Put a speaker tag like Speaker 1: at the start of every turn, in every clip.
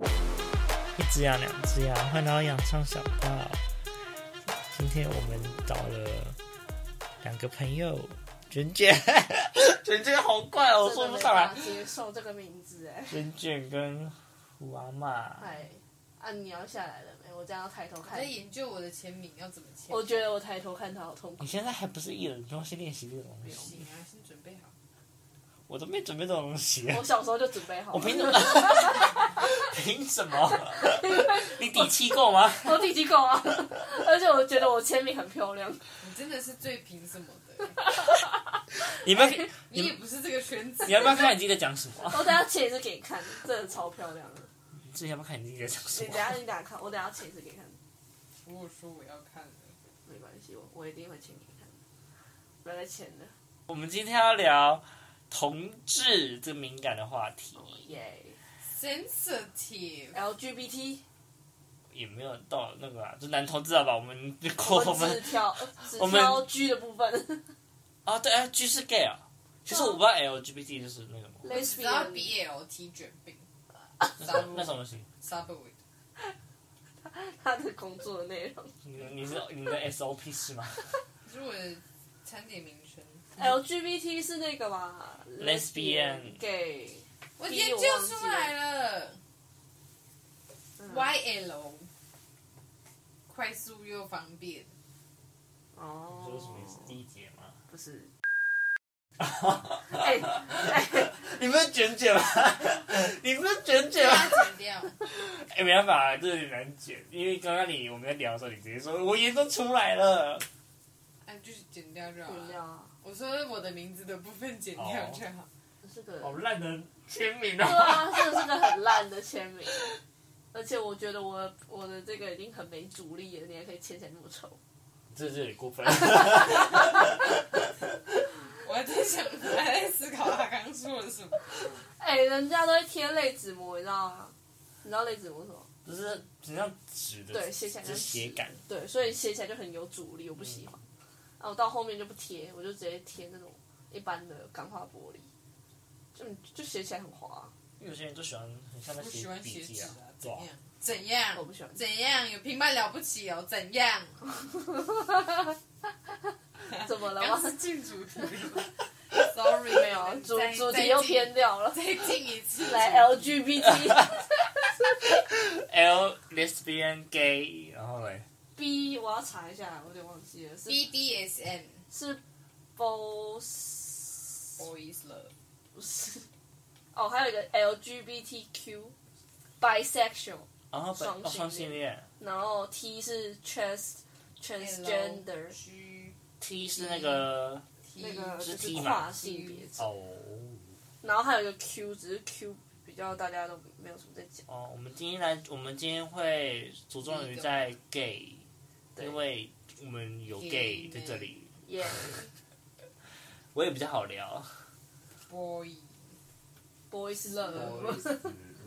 Speaker 1: 一只羊，两只羊，欢迎来到养上小道。今天我们找了两个朋友，卷卷， 卷卷好怪哦，我说不上来。
Speaker 2: 接受这个名字哎，
Speaker 1: 卷卷跟虎阿妈，
Speaker 2: 哎，啊，你要下来了没？我这样要抬头
Speaker 3: 我
Speaker 2: 看
Speaker 3: 在，研究我的哦签名要怎么签。
Speaker 2: 我觉得我抬头看他好痛苦
Speaker 1: 你。现在还不是艺人，你要先练习这种东
Speaker 3: 不
Speaker 1: 西
Speaker 3: 行。啊，先准备好。
Speaker 1: 我都没准备这种东西，
Speaker 2: 我小时候就准备好
Speaker 1: 我
Speaker 2: 了，
Speaker 1: 凭什么？凭什么？ 你底气够吗？
Speaker 2: 我体积够啊，而且我觉得我签名很漂亮。
Speaker 3: 你真的是最凭什么的？
Speaker 1: 你们，
Speaker 3: 你也不是这个圈子
Speaker 1: 你。要不要看你自己在讲什 么？
Speaker 2: 我等下签一次给你看，真的超漂亮的。
Speaker 1: 你自己要不要看你自己在讲什
Speaker 2: 你
Speaker 1: 么
Speaker 2: 等？下你等下看，我等下签一次给你看，
Speaker 3: 如果说我要看了，
Speaker 2: 没关系，我我一定会签给你看。不要再签了，
Speaker 1: 我们今天要聊同志这个敏感的话题，
Speaker 2: 耶、
Speaker 3: sensitive，
Speaker 2: LGBT
Speaker 1: 也没有到那个啊，就男同志了吧？我们就扣我
Speaker 2: 我只
Speaker 1: 们
Speaker 2: 挑只
Speaker 1: 我们
Speaker 2: 挑 G 的部分
Speaker 1: 啊，对啊，G 是 gay 啊。其实我不知道 LGBT 就是那个嘛，
Speaker 3: 只要
Speaker 2: ，Lesbian，
Speaker 3: BLT 卷饼
Speaker 1: 那什么那什么东西？
Speaker 3: ，subway。
Speaker 2: 他的工作的内容。
Speaker 1: 你你是你的 SOP 是吗
Speaker 3: 这是我的餐点名称。
Speaker 2: LGBT 是那个嘛
Speaker 1: Lesbian
Speaker 2: gay，
Speaker 3: 我研究出来了
Speaker 2: 嗯
Speaker 3: ，YL，快速又方便。
Speaker 1: 你
Speaker 2: 哦
Speaker 1: 说什么意思？第一节吗？
Speaker 2: 不是。 哎哎，
Speaker 1: 你不是卷卷吗？你不是卷卷吗？
Speaker 3: 把它剪掉，
Speaker 1: 哎、没办法、这有点难剪，因为刚刚你我们在聊的时候，你直接说我研究出来了，
Speaker 3: 哎，就是剪掉就好
Speaker 2: 饮料
Speaker 3: 了。
Speaker 2: 啊，
Speaker 3: 我说我的名字的部分剪掉就好。
Speaker 2: 这是个
Speaker 1: 好烂的签名
Speaker 2: 对
Speaker 1: 哦。
Speaker 2: 啊，这个是个很烂的签名，而且我觉得我我的这个已经很没主力了，你还可以签起来那么丑。
Speaker 1: 这这有点过分。
Speaker 3: 我还在想，我还在思考他刚刚说了什么。
Speaker 2: 哎，人家都会贴类纸膜，你知道吗？你知道类纸膜是什么？
Speaker 1: 就是很像纸的，
Speaker 2: 对，写起来
Speaker 1: 就是
Speaker 2: 像
Speaker 1: 写
Speaker 2: 纸
Speaker 1: 感。
Speaker 2: 对，所以写起来就很有阻力，我不喜欢。啊，我到后面就不贴，我就直接贴那种一般的钢化玻璃，就就写起来很滑、
Speaker 1: 因为有些人就喜欢很像在
Speaker 3: 我喜欢
Speaker 1: 笔
Speaker 3: 写
Speaker 1: 记
Speaker 3: 纸啊，怎
Speaker 1: 对啊
Speaker 3: 样？怎样？
Speaker 2: 我不喜欢
Speaker 3: 怎样？有平板了不起哦？怎样？
Speaker 2: 怎么了
Speaker 3: 刚
Speaker 2: 吗？
Speaker 3: 是进主题了，sorry，
Speaker 2: 没有啊，主
Speaker 3: 再
Speaker 2: 主题又偏掉了。
Speaker 3: 再进再进一次。
Speaker 2: 来 LGBT
Speaker 1: L lesbian gay，然后嘞，
Speaker 2: B，我要查一下，我有点忘记了，是
Speaker 3: BDSM
Speaker 2: 是 boss
Speaker 3: boys love
Speaker 2: 不是 哦，还有一个 LGBTQ bisexual，
Speaker 1: 然后本
Speaker 2: 双
Speaker 1: 哦
Speaker 2: 性
Speaker 1: 双性恋
Speaker 2: 然后 T 是 trans transgender，
Speaker 3: G
Speaker 1: ，T 是那个
Speaker 2: 那个就
Speaker 1: 肢
Speaker 2: 是
Speaker 1: 体嘛
Speaker 2: 跨性别者。
Speaker 1: 哦
Speaker 2: 然后还有一个 Q，只是 Q 比较大家都没有什么在讲。
Speaker 1: 哦，我们今天来，我们今天会着重于在 gay，
Speaker 2: 对
Speaker 1: 因为我们有 gay 在这里，
Speaker 2: 耶、
Speaker 1: 我也比较好聊。
Speaker 3: boy
Speaker 2: b o y s
Speaker 1: 我
Speaker 2: Love，
Speaker 1: 死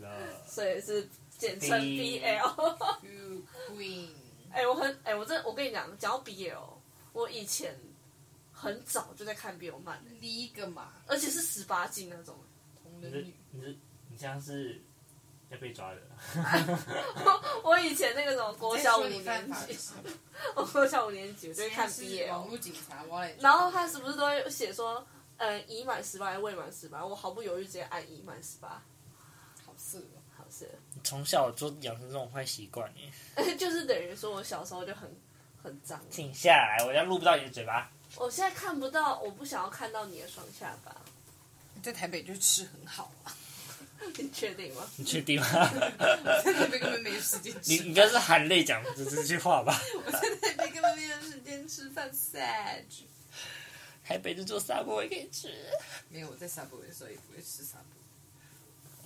Speaker 1: 了
Speaker 2: 所以是简称
Speaker 1: B
Speaker 2: BL。
Speaker 3: you queen
Speaker 2: 哎、我很哎、我真的我跟你讲，讲到 BL，我以前很早就在看 BL 漫，
Speaker 3: 第一个嘛，
Speaker 2: 而且是十八禁那种。
Speaker 3: 同
Speaker 1: 你
Speaker 3: 人
Speaker 1: 这
Speaker 3: 女
Speaker 1: 你这你这样是要被抓的。
Speaker 2: 我以前那个什么国小五
Speaker 3: 在说你犯
Speaker 2: 年
Speaker 3: 法的
Speaker 2: 级，
Speaker 3: 时候，
Speaker 2: 我国小五年级我就
Speaker 3: 所
Speaker 2: 会
Speaker 3: 以他
Speaker 2: 看
Speaker 3: 是网
Speaker 2: BL，
Speaker 3: 络警察，我来。
Speaker 2: 然后他是不是都会写说，呃，已满十八还是未满十八？我毫不犹豫直接按已满十八，
Speaker 3: 好色哦，
Speaker 2: 好是。
Speaker 1: 你从小就养成这种坏习惯耶。
Speaker 2: 就是等于说我小时候就很很脏。
Speaker 1: 停下来，我要录不到你的嘴巴。
Speaker 2: 我现在看不到，我不想要看到你的双下巴，
Speaker 3: 在台北就吃很好啊，
Speaker 2: 你确定吗？
Speaker 1: 你确定吗？
Speaker 3: 在台北根本没有时间
Speaker 1: 你
Speaker 3: 吃
Speaker 1: 你应该是含泪讲这这句话吧？
Speaker 3: 台北根本没有时间吃饭，sad。
Speaker 1: 台北就做沙锅也可以吃。
Speaker 3: 没有，我在 Subway 的时候也不会吃 Subway。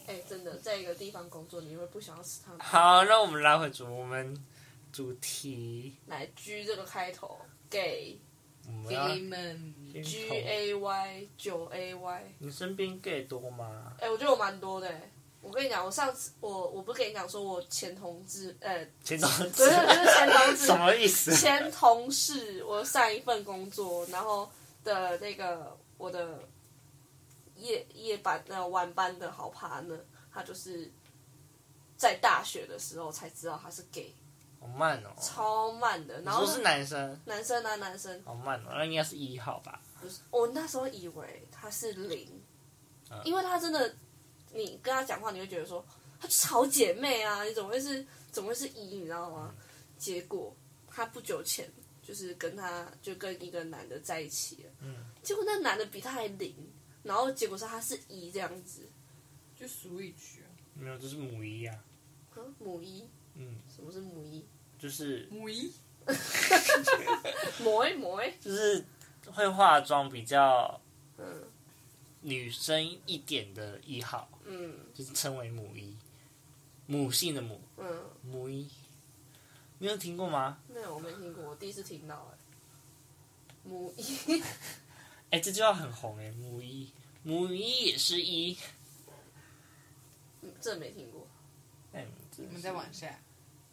Speaker 2: 哎、真的，在一个地方工作，你会不想要吃它。
Speaker 1: 好，那我们拉回主我们主题，
Speaker 2: 来 G 这个开头，gay
Speaker 1: 我们要
Speaker 3: gay 们，
Speaker 2: G
Speaker 1: 先从
Speaker 2: A Y 九 A Y，
Speaker 1: 你身边 gay 多吗？
Speaker 2: 哎，我觉得我蛮多的、哎我跟你讲，我上次我我不是跟你讲说我前同志，呃，
Speaker 1: 前总
Speaker 2: 不是不是前同 志
Speaker 1: 什，么意思？
Speaker 2: 前同事，我上一份工作，然后的那个我的业业班呃晚班的好爬呢，他就是在大学的时候才知道他是 gay，
Speaker 1: 好慢哦。
Speaker 2: 超慢的。
Speaker 1: 你
Speaker 2: 然后
Speaker 1: 说是男生，
Speaker 2: 男生啊，男生，
Speaker 1: 好慢哦，那应该是一号吧？
Speaker 2: 不是我那时候以为他是零
Speaker 1: 嗯，
Speaker 2: 因为他真的，你跟他讲话，你会觉得说他就是好姐妹啊，你怎么会是怎么会是一，你知道吗？
Speaker 1: 嗯
Speaker 2: 结果他不久前就是跟他就跟一个男的在一起了，
Speaker 1: 嗯，
Speaker 2: 结果那男的比他还零，然后结果是他是一这样子，
Speaker 3: 就数一句啊，
Speaker 1: 没有，就是母一啊。
Speaker 2: 嗯，母一，
Speaker 1: 嗯，
Speaker 2: 什么是母一？
Speaker 1: 就是
Speaker 3: 母一
Speaker 2: 母一母一，
Speaker 1: 就是会化妆比较
Speaker 2: 嗯
Speaker 1: 女生一点的一号，
Speaker 2: 嗯
Speaker 1: 就是称为母一，母性的母
Speaker 2: 嗯，
Speaker 1: 母一。你有听过吗？
Speaker 2: 那我没听过，我第一次听到哎、母一，
Speaker 1: 哎、这句话很红哎、母一，母一也是一。
Speaker 2: 嗯这没听过，
Speaker 1: 嗯，我
Speaker 3: 我们再往下，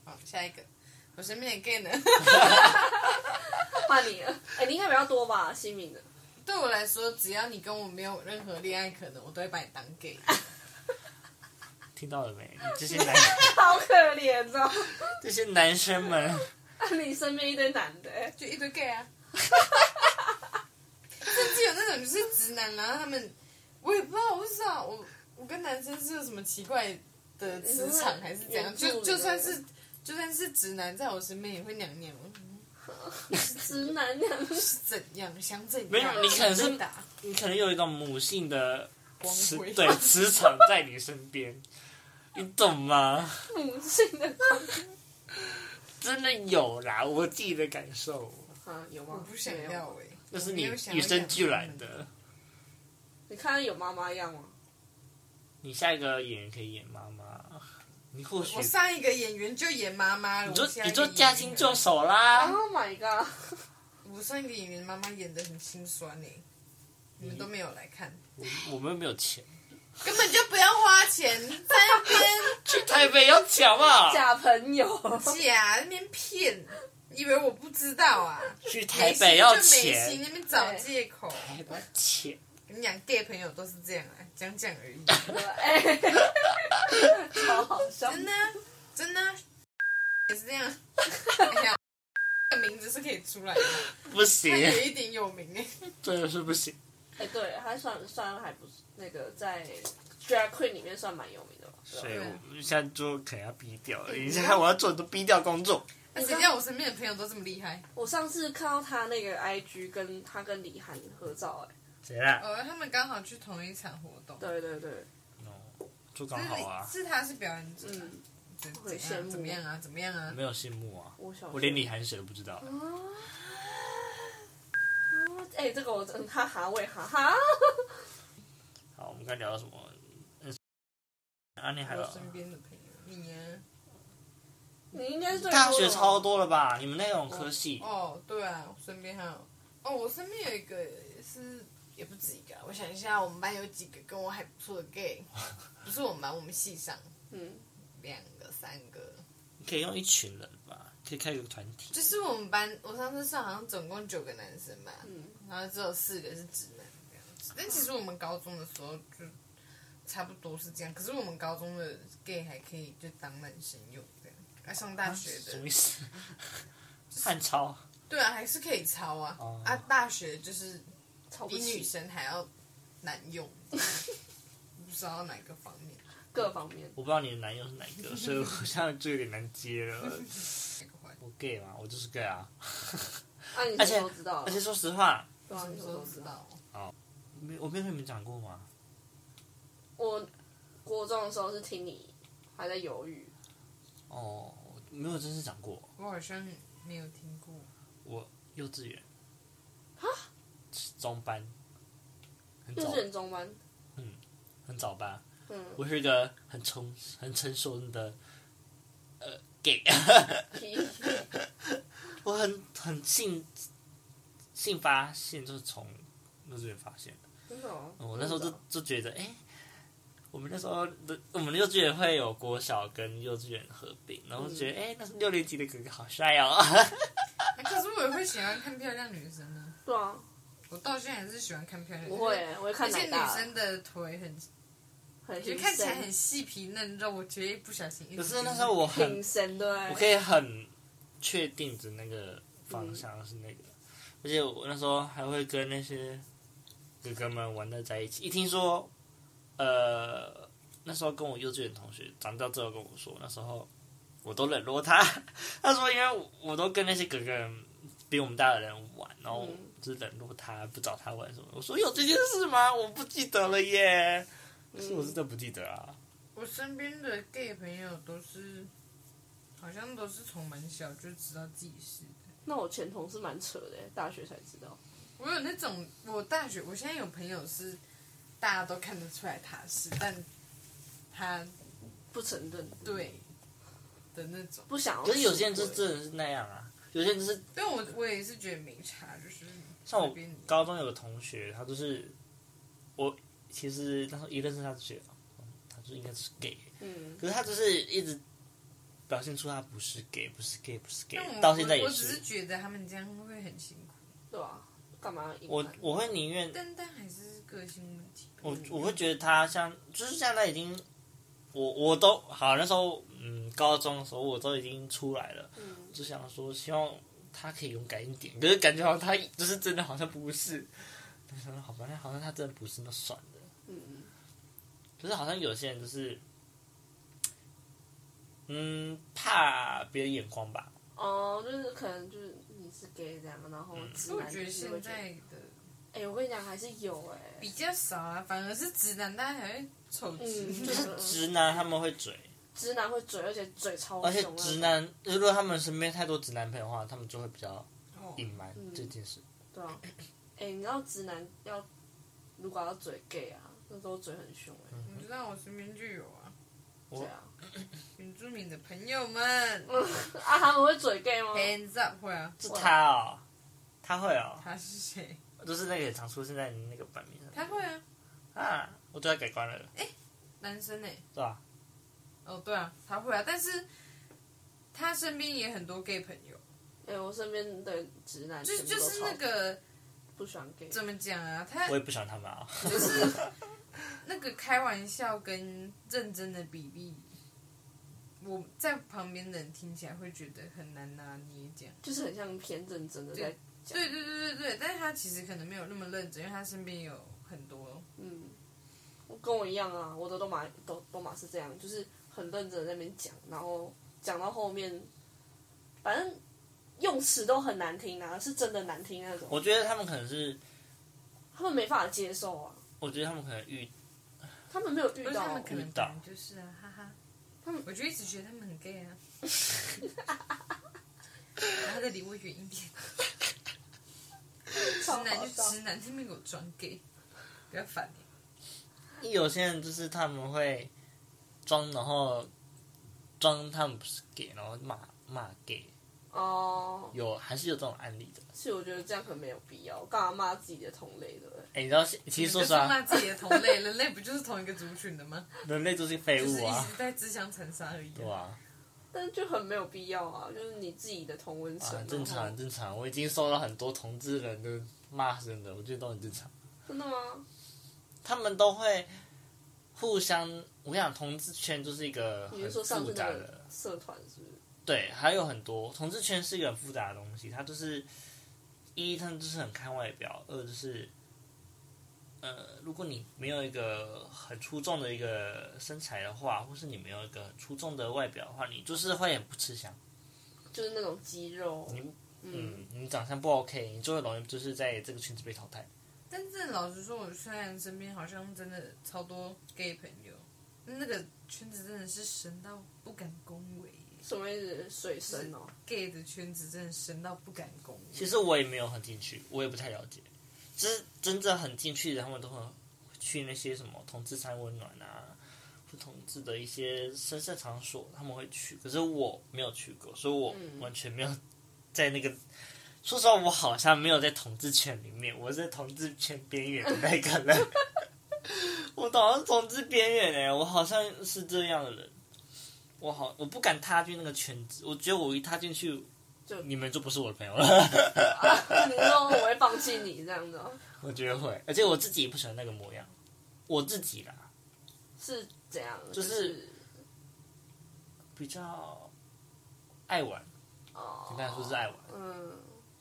Speaker 3: 好，下一个。我身边的 gay 呢，
Speaker 2: 换你了，哎、你应该比较多吧，新敏的，
Speaker 3: 对我来说，只要你跟我没有任何恋爱可能，我都会把你当 gay。
Speaker 1: 听到了没？你这些男
Speaker 2: 好可怜哦，
Speaker 1: 这些男生们，
Speaker 2: 啊 你身边一堆男的、哎
Speaker 3: 就一堆 gay 啊，甚至有那种就是直男，然后他们，我也不知道，我不知道，我我跟男生是有什么奇怪的磁场还是怎样，
Speaker 2: 你是不是
Speaker 3: 就就算是就算是直男在我身边也会娘娘，我嗯
Speaker 2: 直男这样，
Speaker 3: 是怎样想怎样？
Speaker 1: 没有你可能是
Speaker 3: 想被打
Speaker 1: 你可能有一种母性的
Speaker 3: 光
Speaker 1: 磁
Speaker 3: 辉
Speaker 1: 对磁场在你身边，你懂吗？
Speaker 2: 母性的光，
Speaker 1: 真的有啦，我自己的感受，
Speaker 2: 啊有
Speaker 3: 我
Speaker 2: 吗？
Speaker 3: 不想
Speaker 2: 没有
Speaker 3: 要哎、欸，
Speaker 1: 那是
Speaker 3: 我没
Speaker 1: 你
Speaker 3: 有想
Speaker 1: 与
Speaker 3: 要
Speaker 1: 生俱
Speaker 3: 养
Speaker 1: 来
Speaker 3: 他们，
Speaker 1: 的。
Speaker 2: 你看他有妈妈样吗？
Speaker 1: 你下一个演员可以演妈妈，你或许
Speaker 3: 我上一个演员就演妈妈了，
Speaker 1: 你
Speaker 3: 哎
Speaker 1: 就
Speaker 3: 我下一个哦
Speaker 1: 你就驾轻就
Speaker 3: 演员
Speaker 1: 熟啦。
Speaker 2: Oh my god！
Speaker 3: 我上一个演员妈妈演的很心酸呢、你们都没有来看。
Speaker 1: 我们又没有钱，
Speaker 3: 根本就不要花钱，在那边
Speaker 1: 去台北要抢嘛，
Speaker 2: 啊假朋友，
Speaker 3: 假那边骗，以为我不知道啊？
Speaker 1: 去台北要
Speaker 3: 没心就没心
Speaker 1: 钱，
Speaker 3: 那边找借口。
Speaker 1: 台北要钱，
Speaker 3: 跟你讲，gay 朋友都是这样啊，讲讲 而已。
Speaker 2: 哎、超好笑，
Speaker 3: 真的啊，真的啊也是这样。哎呀，这个名字是可以出来的，
Speaker 1: 不行
Speaker 3: 他，有一点有名 哎、
Speaker 1: 真的是不行，
Speaker 2: 哎、对，他算算还不是那个在 drag queen 里面算蛮有名的吧？啊
Speaker 1: 所以
Speaker 3: 对啊
Speaker 1: 我现在就可能要逼掉了。你现在我 要做很多逼掉工作，
Speaker 3: 那哎谁叫我身边的朋友都这么厉害？
Speaker 2: 我上次看到他那个 IG 跟他跟李涵合照、哎，
Speaker 1: 谁啊啦？
Speaker 3: 哦，他们刚好去同一场活动。
Speaker 2: 对对对，
Speaker 1: 哦就
Speaker 3: 就
Speaker 1: 刚
Speaker 3: 是
Speaker 1: 好啊，
Speaker 3: 是他是表演者，
Speaker 2: 嗯，
Speaker 3: 怎
Speaker 2: 会
Speaker 3: 怎样
Speaker 2: 羡慕
Speaker 3: 怎么样啊？怎么样啊？
Speaker 1: 没有羡慕啊，
Speaker 2: 我小
Speaker 1: 我连李涵是谁都不知道。
Speaker 2: 啊
Speaker 3: 哦
Speaker 2: 啊哎、这个我真哈哈喂哈哈，
Speaker 1: 好，我们刚聊到什么？嗯，啊，你还有
Speaker 3: 我身边的朋友，你呀、
Speaker 2: 你应该是最多的
Speaker 1: 大学超多了吧？你们那种科系，
Speaker 3: 哦，对啊，我身边还有，哦，我身边有一个是也不止一个啊，我想一下，我们班有几个跟我还不错的 gay，不是我们班，我们系上
Speaker 2: 嗯，
Speaker 3: 两个、三个，
Speaker 1: 你可以用一群人吧，可以开个团体。
Speaker 3: 就是我们班，我上次算好像总共九个男生吧，
Speaker 2: 嗯
Speaker 3: 然后只有四个是直男这样子，但其实我们高中的时候就差不多是这样，可是我们高中的 gay 还可以就当男生用这样，啊，上大学的
Speaker 1: 什么意思？汉超
Speaker 3: 对啊，还是可以抄啊。
Speaker 1: 哦
Speaker 3: 啊，大学就是
Speaker 2: 超哦不
Speaker 3: 比女
Speaker 2: 起
Speaker 3: 生还要难用， 不知道哪个方面。
Speaker 2: 各方面，
Speaker 1: 我不知道你的男友是哪一个，所以我现在就有点难接了。
Speaker 3: 哪个环
Speaker 1: 我 gay 嘛，我就是 gay 啊。
Speaker 2: 啊，你
Speaker 1: 而
Speaker 2: 什
Speaker 1: 且
Speaker 2: 么都知道了，
Speaker 1: 而且说实话，
Speaker 2: 对啊，
Speaker 3: 什么
Speaker 2: 你
Speaker 3: 时
Speaker 2: 什么
Speaker 3: 候
Speaker 2: 都
Speaker 3: 知
Speaker 2: 知道。
Speaker 3: 道？
Speaker 1: 没我没有跟你们讲过吗？
Speaker 2: 我国中的时候是听你还在犹豫，
Speaker 1: 哦，没有真是讲过。
Speaker 3: 我好像没有听过。
Speaker 1: 我幼稚园中班，很
Speaker 2: 幼
Speaker 1: 早
Speaker 2: 稚园中班，
Speaker 1: 很早吧。
Speaker 2: 嗯，
Speaker 1: 我是一个很成很成熟的呃 gay，
Speaker 2: 皮
Speaker 1: 我很很性性发现就是从幼稚园发现。
Speaker 2: 真的哦，
Speaker 1: 我那时候就就觉得，哎、我们那时候的我们的幼稚园会有国小跟幼稚园合并，然后就觉得，哎、那时候六年级的哥哥好帅哦。
Speaker 3: 啊可是我也会喜欢看漂亮女生呢、
Speaker 2: 对啊，
Speaker 3: 我到现在还是喜欢看漂亮。
Speaker 2: 不会，欸我会
Speaker 3: 而
Speaker 2: 看
Speaker 3: 且
Speaker 2: 奶
Speaker 3: 女
Speaker 2: 大，
Speaker 3: 生的腿很，
Speaker 2: 很
Speaker 3: 就
Speaker 2: 平
Speaker 3: 看起来很
Speaker 2: 身，
Speaker 3: 细皮嫩肉，我觉得不小心。
Speaker 1: 可是那时候我很
Speaker 2: 平，身对，
Speaker 1: 我可以很确定的那个方向是那个，而且我那时候还会跟那些哥哥们玩的在一起。一听说，呃，那时候跟我幼稚园同学长大之后跟我说，那时候我都冷落他。 他说，因为我我都跟那些哥哥们比我们大的人玩，然后
Speaker 2: 嗯
Speaker 1: 就冷落他，不找他玩什么。我说有这件事吗？我不记得了耶。
Speaker 2: 嗯
Speaker 1: 可是我真的不记得啊。
Speaker 3: 我身边的 gay 朋友都是，好像都是从蛮小就知道自己是。
Speaker 2: 那我前同事蛮扯的，大学才知道。
Speaker 3: 我有那种，我大学，我现在有朋友是，大家都看得出来他是，但他
Speaker 2: 不承认，
Speaker 3: 对的那种。
Speaker 2: 不想要出欸
Speaker 1: 可
Speaker 2: 轨。
Speaker 1: 是有些人就真的是那样啊，有些人就是
Speaker 3: 但我我也是觉得没差，就是
Speaker 1: 像我
Speaker 3: 随便你
Speaker 1: 高中有个同学，他就是我其实那时候一认识他就觉得，哦他就应该是 gay，
Speaker 2: 嗯，
Speaker 1: 可是他就是一直表现出他不是 gay，不是 gay，不是
Speaker 3: 但我
Speaker 1: gay，到现在
Speaker 3: 我
Speaker 1: 也
Speaker 3: 只是
Speaker 1: 是。
Speaker 3: 觉得他们这样会很辛苦，
Speaker 2: 对啊，干嘛要隐瞒？嗯
Speaker 1: 我我会宁愿
Speaker 3: 但但还是个性问题。
Speaker 1: 我我会觉得他像就是现在已经，我我都好那时候嗯高中的时候我都已经出来了，
Speaker 2: 嗯，
Speaker 1: 就想说希望他可以勇敢一点，可是感觉好像他就是真的好像不是，但是好吧，那好像他真的不是那算了。
Speaker 2: 嗯
Speaker 1: 可是好像有些人就是，嗯，怕别人眼光吧。
Speaker 2: 哦，就是可能就是你是 gay 这样，然后直
Speaker 3: 所以我
Speaker 2: 男
Speaker 3: 觉
Speaker 2: 就是
Speaker 3: 得现
Speaker 2: 会觉得，
Speaker 3: 在的
Speaker 2: 哎、我跟你讲还是有哎、
Speaker 3: 比较少啊，反而是直男，大家还会丑直
Speaker 2: 嗯哦
Speaker 3: 女，
Speaker 1: 就是直男他们会嘴，
Speaker 2: 直男会嘴，而且嘴超
Speaker 1: 而且
Speaker 2: 凶那种
Speaker 1: 直男如果他们身边太多直男朋友的话，他们就会比较
Speaker 3: 哦
Speaker 1: 隐瞒这件事。
Speaker 2: 对啊，哎、你知道直男要如果要嘴 gay 啊，那时候嘴很凶哎、
Speaker 3: 你知道我身边就有啊，
Speaker 1: 我
Speaker 2: 对啊，
Speaker 3: 原住民的朋友们
Speaker 2: 啊他们会嘴 gay 吗？
Speaker 3: ，hands up 会啊，
Speaker 1: 是他哦，他会哦，
Speaker 3: 他是谁？
Speaker 1: 就是那个也常出现在你那个版面
Speaker 3: 他
Speaker 1: 上
Speaker 3: 会啊，
Speaker 1: 啊，我对他改观了，
Speaker 3: 男生哎、
Speaker 1: 是吧？
Speaker 3: 哦对啊，他会啊，但是他身边也很多 gay 朋友，
Speaker 2: 哎、我身边的直男
Speaker 3: 就
Speaker 2: 全部都
Speaker 3: 就是
Speaker 2: 超
Speaker 3: 那个
Speaker 2: 不喜欢 gay，
Speaker 3: 怎么讲啊，他
Speaker 1: 我也不喜欢他们啊，
Speaker 3: 就是那个开玩笑跟认真的比例，我在旁边的人听起来会觉得很难拿捏这样。
Speaker 2: 就是很像偏认真的在讲，
Speaker 3: 对对对对对，但是他其实可能没有那么认真，因为他身边有很多
Speaker 2: 嗯，我跟我一样啊，我的都马都都马是这样，就是很认真的在那边讲，然后讲到后面，反正用词都很难听啊，是真的难听那
Speaker 1: 我
Speaker 2: 种，
Speaker 1: 觉得他们可能是，
Speaker 2: 他们没办法接受啊，
Speaker 1: 我觉得他们可能遇
Speaker 2: 他们没有遇
Speaker 3: 不是
Speaker 2: 到
Speaker 3: 他们可能
Speaker 1: 遇到
Speaker 3: 本来就是啊，哈哈。
Speaker 2: 他们
Speaker 3: 我就一直觉得他们很 gay 啊。然后再离我远一点，直
Speaker 2: 超
Speaker 3: 男
Speaker 2: 好
Speaker 3: 就
Speaker 2: 笑
Speaker 3: 直男，他们给我装 gay，不要烦你。
Speaker 1: 有些人就是他们会装，然后装他们不是 gay，然后骂骂 gay，
Speaker 2: 哦，
Speaker 1: 有还是有这种案例的。
Speaker 2: 是我觉得这样很没有必要，干嘛骂自己的同类的？
Speaker 1: 哎、你知道现，其实说实
Speaker 3: 你们
Speaker 1: 话，
Speaker 3: 就是骂自己的同类，人类不就是同一个族群 的吗？
Speaker 1: 人类就是废
Speaker 3: 就是
Speaker 1: 物
Speaker 3: 一
Speaker 1: 啊，
Speaker 3: 直在自相残杀而已、
Speaker 1: 对啊，
Speaker 2: 但就很没有必要啊，就是你自己的同温层、
Speaker 1: 啊，正常
Speaker 2: 然
Speaker 1: 很
Speaker 2: 后
Speaker 1: 正常。我已经收到很多同志人的骂声了，我觉得都很正常。
Speaker 2: 真的吗？
Speaker 1: 他们都会互相，我想同志圈就是一个
Speaker 2: 你是
Speaker 1: 很
Speaker 2: 说上
Speaker 1: 复
Speaker 2: 次
Speaker 1: 杂
Speaker 2: 那
Speaker 1: 的
Speaker 2: 个社团是不是？
Speaker 1: 对，还有很多同志圈是一个很复杂的东西，它就是一，他们就是很看外表；二就是，呃，如果你没有一个很出众的一个身材的话，或是你没有一个很出众的外表的话，你就是会很不吃香。
Speaker 2: 就是那种肌肉，
Speaker 1: 你
Speaker 2: 嗯
Speaker 1: 嗯，你长相不 OK，你就会容易就是在这个圈子被淘汰。
Speaker 3: 但是老实说，我虽然身边好像真的超多 gay 朋友，那个圈子真的是神到不敢恭维
Speaker 2: 什么意思？水深哦，
Speaker 3: ，gay 的圈子真的神到不敢恭维。
Speaker 1: 其实我也没有很进去，我也不太了解。就是真正很进去的，他们都很去那些什么同志餐温暖啊，或同志的一些深色场所，他们会去。可是我没有去过，所以我
Speaker 2: 嗯
Speaker 1: 完全没有在那个。说实话，我好像没有在同志圈里面，我是在同志圈边缘的那个人。 我好像是同志边缘哎，我好像是这样的人。我好，我不敢踏进那个圈子，我觉得我一踏进去，
Speaker 2: 就
Speaker 1: 你们就不是我的朋友了。
Speaker 2: 啊，你说我会放弃你这样子、哦，
Speaker 1: 我觉得会，而且我自己也不喜欢那个模样，我自己啦，
Speaker 2: 是怎样？
Speaker 1: 就是
Speaker 2: 是
Speaker 1: 比较爱玩，
Speaker 2: 哦
Speaker 1: 你，刚才说是爱玩，
Speaker 2: 嗯，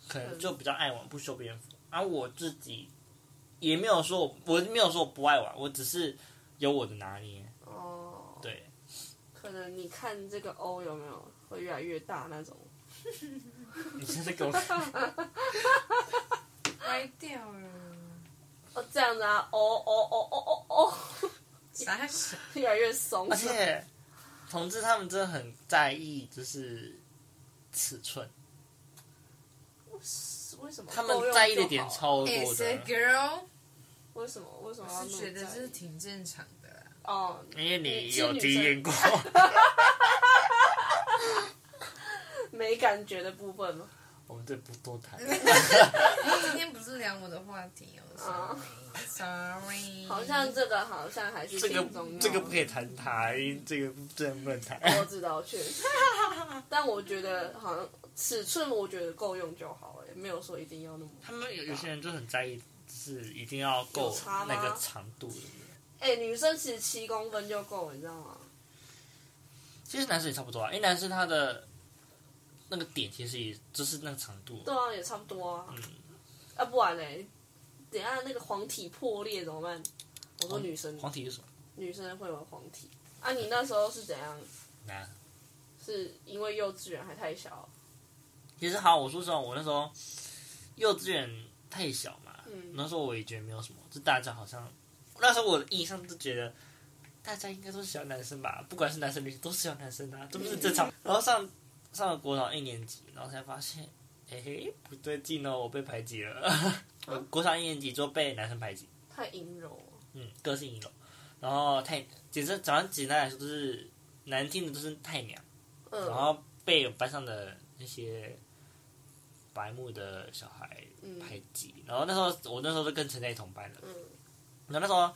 Speaker 1: 可能就比较爱玩，不修边幅。而、啊我自己也没有说我，我没有说我不爱玩，我只是有我的拿捏。
Speaker 2: 哦，
Speaker 1: 对，
Speaker 2: 可能你看这个 O 有没有会越来越大那种？
Speaker 1: 你现在给 我
Speaker 3: 歪掉了，
Speaker 2: 哦，这样子啊，哦哦哦哦哦
Speaker 3: 傻傻。
Speaker 2: 哦，越来越松
Speaker 1: 而。且同志他们真的很在意，就是尺寸，
Speaker 2: 为什么？
Speaker 1: 他们在意的点超
Speaker 2: 哎
Speaker 1: 多
Speaker 3: It's
Speaker 1: 的啊
Speaker 3: a。girl，
Speaker 2: 为什么？为什么要
Speaker 3: 我
Speaker 2: 那
Speaker 3: 是
Speaker 2: 么
Speaker 3: 觉得
Speaker 2: 在
Speaker 3: 这是
Speaker 2: 意
Speaker 3: 挺正常的啦。
Speaker 2: 哦，
Speaker 1: 因为你
Speaker 2: 是女
Speaker 1: 有
Speaker 2: 生
Speaker 1: 体验过，
Speaker 2: 没感觉的部分吗？
Speaker 1: 我们这不多谈。
Speaker 3: 今天不是聊我的话题哦，sorry，sorry。
Speaker 2: 好像这个好像还是
Speaker 1: 这个
Speaker 2: 挺重要的。
Speaker 1: 这个不可以谈台，这个真的不能谈。
Speaker 2: 我知道，确实。但我觉得好像尺寸，我觉得够用就好了，也没有说一定要那么。
Speaker 1: 他们有有些人就很在意，就是一定要够
Speaker 2: 有差吗
Speaker 1: 那个长度的。
Speaker 2: 哎、女生其实七公分就够，你知道吗？
Speaker 1: 其实男生也差不多啊，因为男生他的那个点其实也就是那个长度。
Speaker 2: 对啊，也差不多啊。
Speaker 1: 嗯，
Speaker 2: 啊，不然嘞，等一下那个黄体破裂怎么办？我说女生，
Speaker 1: 黄体是什么？
Speaker 2: 女生会有黄体啊。你那时候是怎样？
Speaker 1: 男。
Speaker 2: 是因为幼稚园还太小？
Speaker 1: 其实好，我说实话，我那时候幼稚园太小嘛，
Speaker 2: 嗯
Speaker 1: 那时候我也觉得没有什么，就大家好像那时候我的印象就觉得大家应该都是喜欢男生吧，不管是男生女生都是喜欢男生的、啊，这不是正
Speaker 2: 嗯
Speaker 1: 常。然后上上了国小一年级，然后才发现，哎、嘿，不对劲哦，我被排挤了。我
Speaker 2: 哦
Speaker 1: 国小一年级就被男生排挤，
Speaker 2: 太阴柔了。
Speaker 1: 嗯，个性阴柔，然后太简直，早上简单来说就是难听的，就是太娘。然
Speaker 2: 嗯
Speaker 1: 后被班上的那些白目的小孩
Speaker 2: 嗯
Speaker 1: 排挤。然后那时候我那时候就跟陈在同班了，
Speaker 2: 嗯
Speaker 1: 然后那时候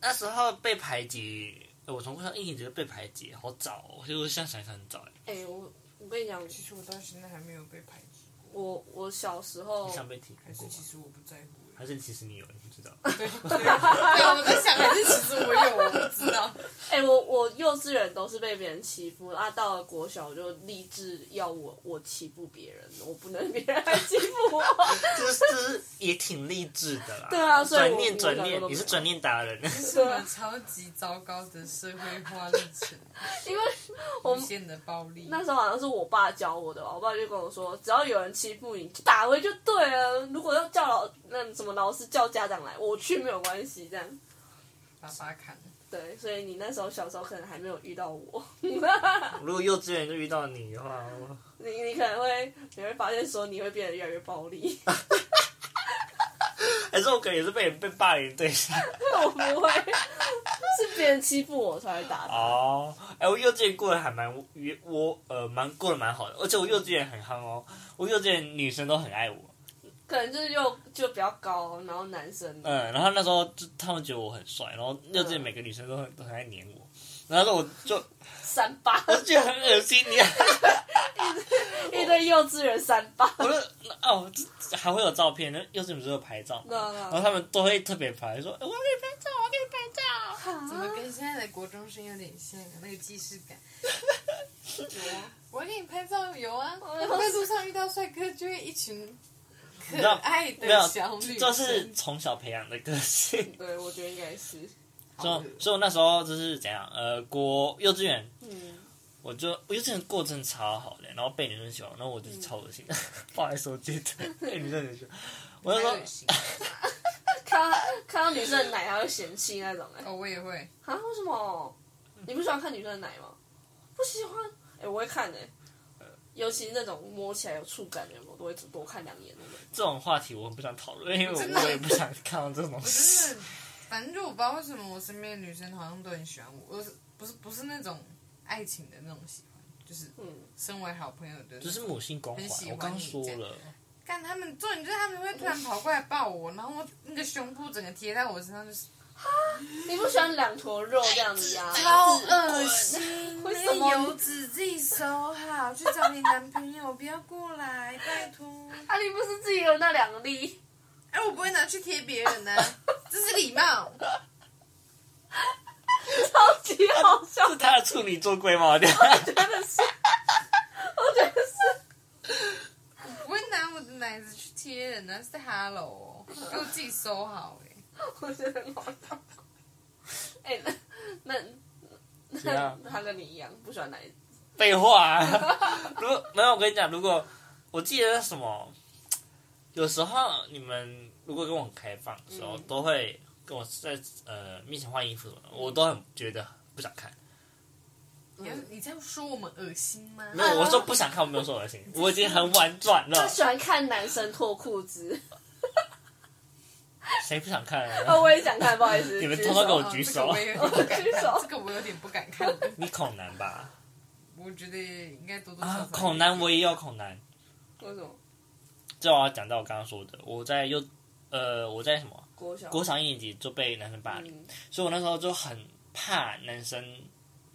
Speaker 1: 那时候被排挤，我从上一年级就被排挤，好早、哦，就是现在想一想很早耶。
Speaker 2: 哎、我我跟你讲，
Speaker 3: 其实我到现在还没有被排挤，
Speaker 2: 我我小时候
Speaker 1: 你 想被提
Speaker 3: 还
Speaker 1: 看
Speaker 3: 是
Speaker 1: 过
Speaker 3: 其
Speaker 1: 吗？
Speaker 3: 实我不在乎。欸
Speaker 1: 还是其实你有，你不知道？
Speaker 3: 对，哎 我在想，还是其实我有，我不知道。
Speaker 2: 哎、我我幼稚园都是被别人欺负啊，到了国小我就立志要我我欺负别人，我不能 别人来欺负我。
Speaker 1: 这是这是也挺励志的啦。
Speaker 2: 对啊所以我
Speaker 1: 转念
Speaker 2: 我
Speaker 1: 转
Speaker 2: 两个
Speaker 1: 念
Speaker 2: 都，
Speaker 1: 你是
Speaker 2: 没有
Speaker 1: 转念达 人。
Speaker 3: 这是我超级糟糕的社会化历 程，
Speaker 2: 因为
Speaker 3: 无限的暴力。
Speaker 2: 那时候好像是我爸教我的吧，我爸就跟我说，只要有人欺负你，就打回就对了。如果要叫老那什么老师叫家长来，我去没有关系，这样。
Speaker 3: 爸爸砍，
Speaker 2: 对，所以你那时候小时候可能还没有遇到我，
Speaker 1: 如果幼稚园就遇到你的 话，我
Speaker 2: 你你可能会你会发现说你会变得越来越暴力，
Speaker 1: 还是我可能也是被被霸凌对象。
Speaker 2: 我不会，是别人欺负我才会打他。
Speaker 1: 哦，哎，我幼稚园过得还蛮约我呃蛮过得蛮好的，而且我幼稚园很夯哦，我幼稚园女生都很爱我，
Speaker 2: 可能就是又就比较高，然后男生，
Speaker 1: 嗯，然后那时候就他们觉得我很帅，然后
Speaker 3: 嗯
Speaker 1: 幼稚园每个女生都很都很爱黏我，然后我就
Speaker 2: 三八，
Speaker 1: 我就觉得很恶心，你，
Speaker 2: 一堆幼稚园三八，
Speaker 1: 我就哦这还会有照片，那幼稚园不是有拍照嘛，
Speaker 2: 对啊
Speaker 1: 然后他们都会特别拍说哎我要给你拍照，我要给你拍照，
Speaker 3: 怎么跟现在的国中生有点像啊？那个既视感。有啊，我要给你拍照，有啊。我在路上遇到帅哥，就会一群
Speaker 1: 你知
Speaker 3: 可
Speaker 1: 道
Speaker 3: 爱
Speaker 1: 没有
Speaker 3: 的小女生。
Speaker 1: 就是从小培养的个性。
Speaker 2: 对，我觉得应该是，
Speaker 1: 所
Speaker 3: 好
Speaker 1: 以，所以我那时候就是怎样，呃，国幼稚园
Speaker 2: 嗯，
Speaker 1: 我就我幼稚园过得真的超好的，然后被女生喜欢，然后我
Speaker 3: 嗯
Speaker 1: 就是超恶心的，不好意思，我记得被女生很喜欢， 我就说
Speaker 3: 太 恶心
Speaker 2: 看到看到女生的奶还会嫌弃那种、哎，
Speaker 3: 哦，我也会。
Speaker 2: 啊，为什么？你不喜欢看女生的奶吗？不喜欢，哎、我会看哎、尤其是那种摸起来有触感的，我都会多看两眼那种。
Speaker 1: 这种话题我很不想讨论，因为
Speaker 3: 真的
Speaker 1: 我我也不想看到这种东
Speaker 3: 我
Speaker 1: 西。
Speaker 3: 真的，反正就我不知道为什么我身边的女生好像都很喜欢我，我是不是不是那种爱情的那种喜欢，就是
Speaker 2: 嗯，
Speaker 3: 身为好朋友的那
Speaker 1: 只
Speaker 3: 种。
Speaker 1: 是母性关
Speaker 3: 很喜
Speaker 1: 怀，我
Speaker 3: 欢
Speaker 1: 刚说了，
Speaker 3: 干他们重点就是他们会突然跑过来抱我，然后我那个胸部整个贴在我身上，就是
Speaker 2: 你不喜欢两坨肉这样子啊？
Speaker 3: 超恶心！
Speaker 2: 为什么
Speaker 3: 那油脂自己收好，去找你男朋友，不要过来，拜托。
Speaker 2: 啊，你不是自己有那两粒？
Speaker 3: 哎、我不会拿去贴别人呢、这是礼貌。
Speaker 2: 超级好笑，
Speaker 1: 是他的处女座龟 毛掉，
Speaker 2: 真的是，我觉得是
Speaker 3: 我不会拿我的奶子去贴人呢、是 hello 哦，给我自己收好哎、，
Speaker 2: 我觉得很好笑。 哎、那那
Speaker 1: 怎样
Speaker 2: 那他跟你一样不喜欢奶子，
Speaker 1: 啊废话、啊。如果没有，我跟你讲，如果我记得是什么，有时候你们如果跟我很开放的时候，
Speaker 2: 嗯
Speaker 1: 都会跟我在呃面前换衣服什么的，我都很觉得不想看。
Speaker 3: 你要你在说我们恶心吗？
Speaker 1: 没有，我说不想看，我没有说恶 心，我已经很婉转
Speaker 2: 他
Speaker 1: 了。
Speaker 2: 喜欢看男生脱裤 子。
Speaker 1: 谁不想看
Speaker 2: 啊，
Speaker 1: 啊？
Speaker 2: 我也想看，不好意思，
Speaker 1: 你们
Speaker 2: 举手
Speaker 1: 偷偷给我
Speaker 3: 哦
Speaker 1: 举
Speaker 3: 这
Speaker 1: 手
Speaker 3: 个我也 有点不敢
Speaker 2: 举手
Speaker 3: 看，这个我有点不敢看。
Speaker 1: 你恐男吧？
Speaker 3: 我觉得应该多多 少
Speaker 1: 啊
Speaker 3: 少。，
Speaker 1: 恐男我也有恐男。
Speaker 2: 为什么？
Speaker 1: 这我要讲到我刚刚说的，我在幼呃我在什么
Speaker 2: 国小
Speaker 1: 国小一年级就被男生霸凌，
Speaker 2: 嗯
Speaker 1: 所以我那时候就很怕男生，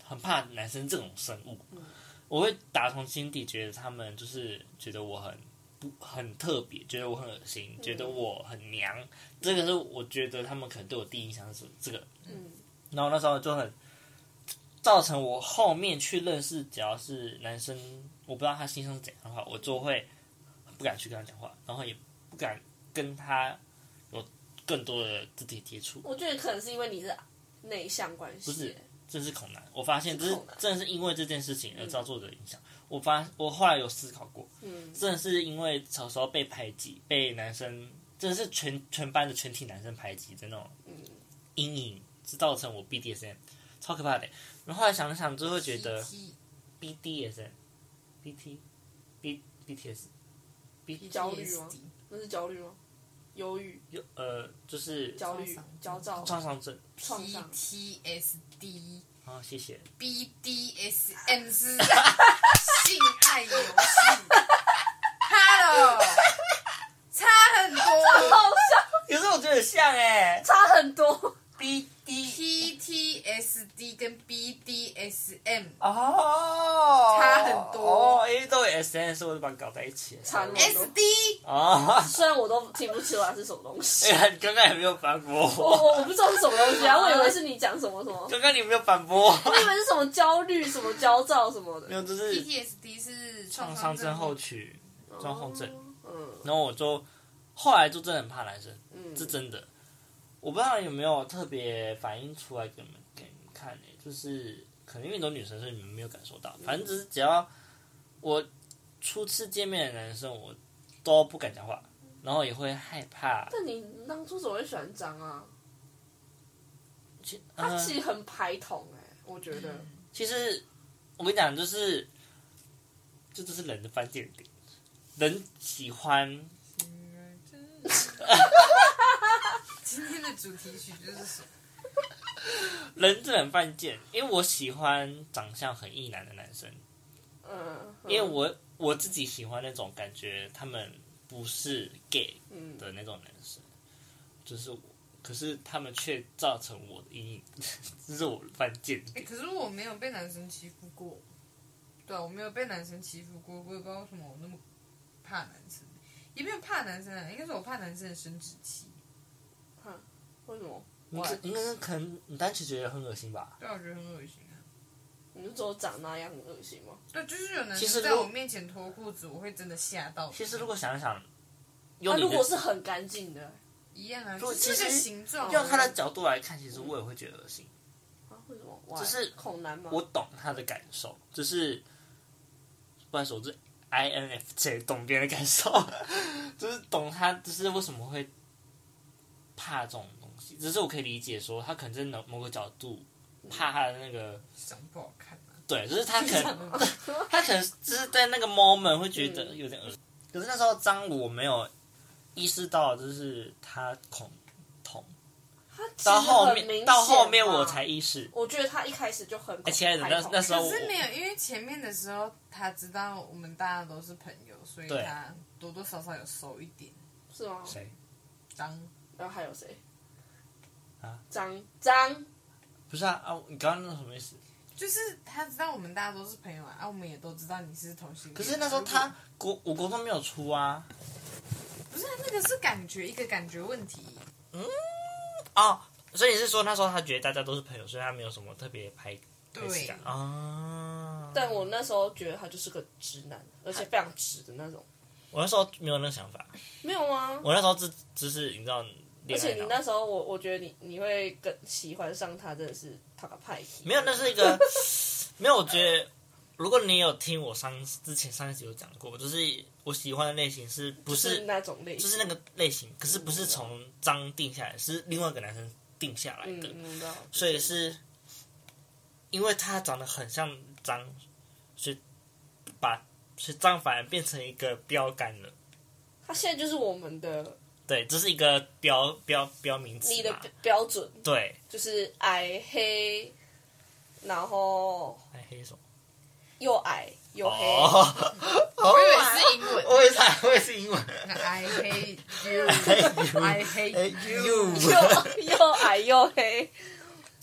Speaker 1: 很怕男生这种生物。
Speaker 2: 嗯
Speaker 1: 我会打从心底觉得他们就是觉得我很不很特别，觉得我很恶心，觉得我很娘。这个是我觉得他们可能对我第一印象是这个，
Speaker 2: 嗯
Speaker 1: 然后那时候就很造成我后面去认识，只要是男生，我不知道他心胸是怎样的话，我就会不敢去跟他讲话，然后也不敢跟他有更多的肢体接触。
Speaker 2: 我觉得可能是因为你是内向关系，
Speaker 1: 不是真是恐难，我发现这
Speaker 2: 是
Speaker 1: 是
Speaker 2: 恐男
Speaker 1: 真的是因为这件事情而遭受的影响。我发我后来有思考过，
Speaker 2: 嗯，
Speaker 1: 真的是因为小时候被排挤，被男生，真的是全全班的全体男生排挤的那种
Speaker 2: 嗯
Speaker 1: 阴影，是造成我 BDSM 超可怕的。欸然后后来想想，就会觉得
Speaker 3: PT
Speaker 1: BDSM、BT、B、BTS、B
Speaker 2: 焦虑吗
Speaker 3: PTSD
Speaker 2: 那是焦虑吗？忧郁、
Speaker 1: 有呃，就是
Speaker 2: 焦虑
Speaker 3: 创、伤
Speaker 2: 焦躁、
Speaker 1: 创伤症
Speaker 2: 创伤，
Speaker 3: PTSD、
Speaker 1: 啊，谢谢。
Speaker 3: BDSM 是性爱游戏。Hello，差很
Speaker 2: 好
Speaker 3: 多。
Speaker 1: 可
Speaker 2: 笑，
Speaker 1: 是我觉得很像哎、
Speaker 2: 哦差很多。
Speaker 1: BD
Speaker 3: PTSD 跟 BDSM
Speaker 1: 哦，
Speaker 3: 差很多
Speaker 1: 哦，因为都有 SN，所以我就把它搞在一起了。
Speaker 2: 差很多
Speaker 3: SD
Speaker 1: 哦，
Speaker 2: 虽然我都听不出来是什么东西，
Speaker 1: 哎呀，你刚刚也没有反驳
Speaker 2: 我
Speaker 1: 我，
Speaker 2: 我我不知道是什么东西啊，我以为是你讲什么什 么，
Speaker 1: 刚刚你没有反驳我，
Speaker 2: 我以为是什么焦虑、什么焦躁什么
Speaker 1: 没
Speaker 2: 的。
Speaker 1: 有，就是
Speaker 3: PTSD 是
Speaker 1: 创
Speaker 3: 创
Speaker 1: 伤症
Speaker 3: 症
Speaker 1: 候群状况症。
Speaker 2: 嗯
Speaker 1: 然后我就后来就真的很怕男生，
Speaker 2: 嗯，
Speaker 1: 是真的。我不知道有没有特别反映出来给你们给你们看呢、欸就是可能因为你都女生，所以你们没有感受到。反正只是只要我初次见面的男生，我都不敢讲话，然后也会害怕。
Speaker 2: 但你当初怎么会喜欢张啊？
Speaker 1: 其
Speaker 2: 他
Speaker 1: 呃
Speaker 2: 其实很排桶哎、我觉得。
Speaker 1: 其实我跟你讲，就是这就是人的犯贱点，人喜欢
Speaker 3: 今天的主题曲就是什么？
Speaker 1: 人这很犯贱，因为我喜欢长相很异男的男生，
Speaker 2: 嗯，嗯
Speaker 1: 因为我我自己喜欢那种感觉他们不是 gay
Speaker 2: 嗯
Speaker 1: 的那种男生，就是我。可是他们却造成我的阴影， 这是我的犯贱
Speaker 3: 哎、
Speaker 1: 点。
Speaker 3: 可是我没有被男生欺负过，对啊，我没有被男生欺负过，我也不知道为什么我那么怕男生，也没有怕男生啊，应该是我怕男生的生殖器，
Speaker 2: 为什么？
Speaker 1: 你可应该是可能你单纯觉得很恶心吧？
Speaker 3: 对啊，我觉得很恶心啊。
Speaker 2: 你就只有长那样很恶心吗？
Speaker 3: 对，就是有男
Speaker 1: 其实
Speaker 3: 生
Speaker 1: 如
Speaker 3: 在
Speaker 1: 果
Speaker 3: 我面前脱裤子，我会真的吓到。
Speaker 1: 其实如果想一想，
Speaker 2: 那、
Speaker 1: 用你
Speaker 2: 啊如
Speaker 1: 的
Speaker 2: 果是很干净的，
Speaker 3: 一样啊，
Speaker 1: 如果
Speaker 3: 就是这个
Speaker 1: 其实
Speaker 3: 形状啊，
Speaker 1: 用他的角度来看，其实我也会觉得恶心。
Speaker 2: 啊，为什么？哇
Speaker 1: 就是
Speaker 2: 恐男吗？
Speaker 1: 我懂他的感受，只是不好意思，我是 INFJ，懂别人的感受， 就是懂他，就是为什么会怕这种东西。只是我可以理解说，他可能在某某个角度怕他的那个，
Speaker 3: 长不好看啊。
Speaker 1: 对，就是他可能他可能就是在那个 moment 会觉
Speaker 2: 嗯
Speaker 1: 得有点恶心。可是那时候张武没有意识到，就是他恐同，
Speaker 2: 他其实
Speaker 1: 到后
Speaker 2: 很明显
Speaker 1: 面
Speaker 2: 嘛
Speaker 1: 到后面我才，意识。
Speaker 2: 我觉得他一开始就很欸
Speaker 1: 哎，
Speaker 2: 恐。
Speaker 1: 亲爱的，那那时候
Speaker 3: 可
Speaker 1: 我
Speaker 3: 是没有，因为前面的时候他知道我们大家都是朋友，所以
Speaker 1: 对
Speaker 3: 他多多少少有熟一点。
Speaker 2: 是吗？
Speaker 1: 谁？
Speaker 3: 张
Speaker 2: 然后还有谁？
Speaker 1: 啊，
Speaker 2: 张张
Speaker 1: 不是啊啊！你刚刚那什么意思？
Speaker 3: 就是他知道我们大家都是朋友啊，啊，我们也都知道你是同性恋。
Speaker 1: 可是那时候
Speaker 3: 如
Speaker 1: 他
Speaker 3: 果
Speaker 1: 国我国中没有出啊。
Speaker 3: 不是啊那个是感觉一个感觉问题，
Speaker 1: 哦，所以你是说那时候他觉得大家都是朋友，所以他没有什么特别排排斥
Speaker 3: 对
Speaker 1: 感，啊？
Speaker 2: 但我那时候觉得他就是个直男，而且非常直的那种。
Speaker 1: 我那时候没有那个想法，
Speaker 2: 没有啊，
Speaker 1: 我那时候只只是你知道啊
Speaker 2: 而
Speaker 1: 恋
Speaker 2: 且
Speaker 1: 爱
Speaker 2: 你
Speaker 1: 脑，
Speaker 2: 那时候我我觉得你你会更喜欢上他，真的是他个派系。
Speaker 1: 没有，那是一个 没有。我觉得如果你有听我上之前上一集有讲过，就是我喜欢的类型是不
Speaker 2: 就是那种类
Speaker 1: 就
Speaker 2: 型，
Speaker 1: 是那个类型，可是不是从张定下来，是另外一个男生定下来的，
Speaker 2: 嗯，我知道。
Speaker 1: 所以是因为他长得很像张，所以把所以张反而变成一个标杆了。
Speaker 2: 他现在就是我们的
Speaker 1: 对，这是一个标标标名词
Speaker 2: 你的
Speaker 1: 嘛？
Speaker 2: 标准，
Speaker 1: 对，
Speaker 2: 就是矮黑，然后
Speaker 1: 还哎黑手。
Speaker 2: 又矮又黑。
Speaker 1: 哦，
Speaker 3: 我以为是英文。
Speaker 1: 我也是，我也是英文。
Speaker 3: I hate you, I
Speaker 1: 哎
Speaker 3: hate you。
Speaker 2: 又又矮又黑，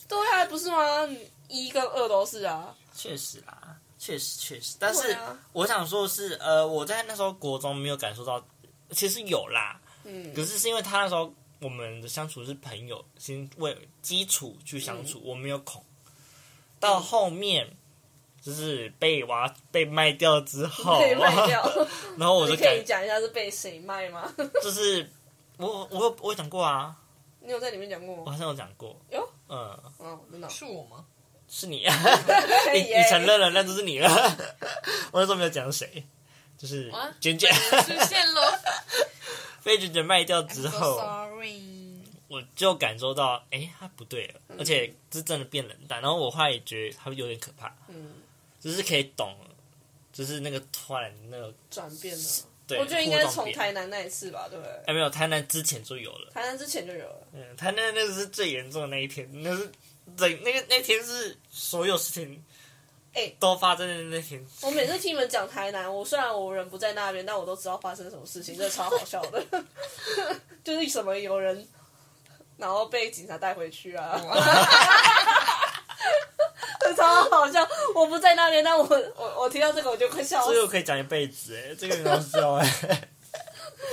Speaker 2: 对啊，不是吗？一跟二都是啊，
Speaker 1: 确实啦，确实确实，但是、
Speaker 2: 啊
Speaker 1: 我想说的是，呃，我在那时候国中没有感受到，其实有啦，
Speaker 2: 嗯
Speaker 1: 可是是因为他那时候我们的相处是朋友，先为基础去相处，
Speaker 2: 嗯
Speaker 1: 我没有恐。到后面就是被挖被卖掉之后，
Speaker 2: 被卖掉。
Speaker 1: 然啊后我就
Speaker 2: 你可以
Speaker 1: 感
Speaker 2: 讲一下是被谁卖吗？
Speaker 1: 就是我我有我有讲过啊，
Speaker 2: 你有在里面讲过
Speaker 1: 我
Speaker 2: 吗？
Speaker 1: 好像有讲过，
Speaker 2: 哟
Speaker 1: 嗯，
Speaker 2: 哦，真的哦，哎
Speaker 3: 是我吗？
Speaker 1: 是你，
Speaker 2: 嘿
Speaker 1: 你
Speaker 2: 耶
Speaker 1: 你承认了，那就是你了。 我那时候没有讲谁，就是
Speaker 3: 啊
Speaker 1: 卷卷
Speaker 3: 出现了
Speaker 1: 被卷卷卖掉之
Speaker 3: So
Speaker 1: 后，
Speaker 3: sorry，
Speaker 1: 我就感受到，哎、他不对了，
Speaker 2: 嗯
Speaker 1: 而且是真的变冷淡。然后我后来也觉得他有点可怕，
Speaker 2: 嗯，
Speaker 1: 就是可以懂，就是那个突然那个
Speaker 2: 转变了。
Speaker 1: 对，
Speaker 2: 我觉得应该
Speaker 1: 互动
Speaker 2: 是从
Speaker 1: 变
Speaker 2: 台南那一次吧，对不对？
Speaker 1: 哎、没有台南之前就有了，
Speaker 2: 台南之前就有了，
Speaker 1: 嗯，台南那个是最严重的那一天，那是整那个那天是所有事情
Speaker 2: 哎
Speaker 1: 都发生在那天，
Speaker 2: 我每次听你们讲台南，我虽然我人不在那边，但我都知道发生什么事情，真的超好笑的。 就是什么有人，然后被警察带回去啊， 超好笑。我不在那边，但我我我听到这个我就快笑
Speaker 1: 这个
Speaker 2: 死。
Speaker 1: 可以讲一辈子，哎，这个很好笑哎。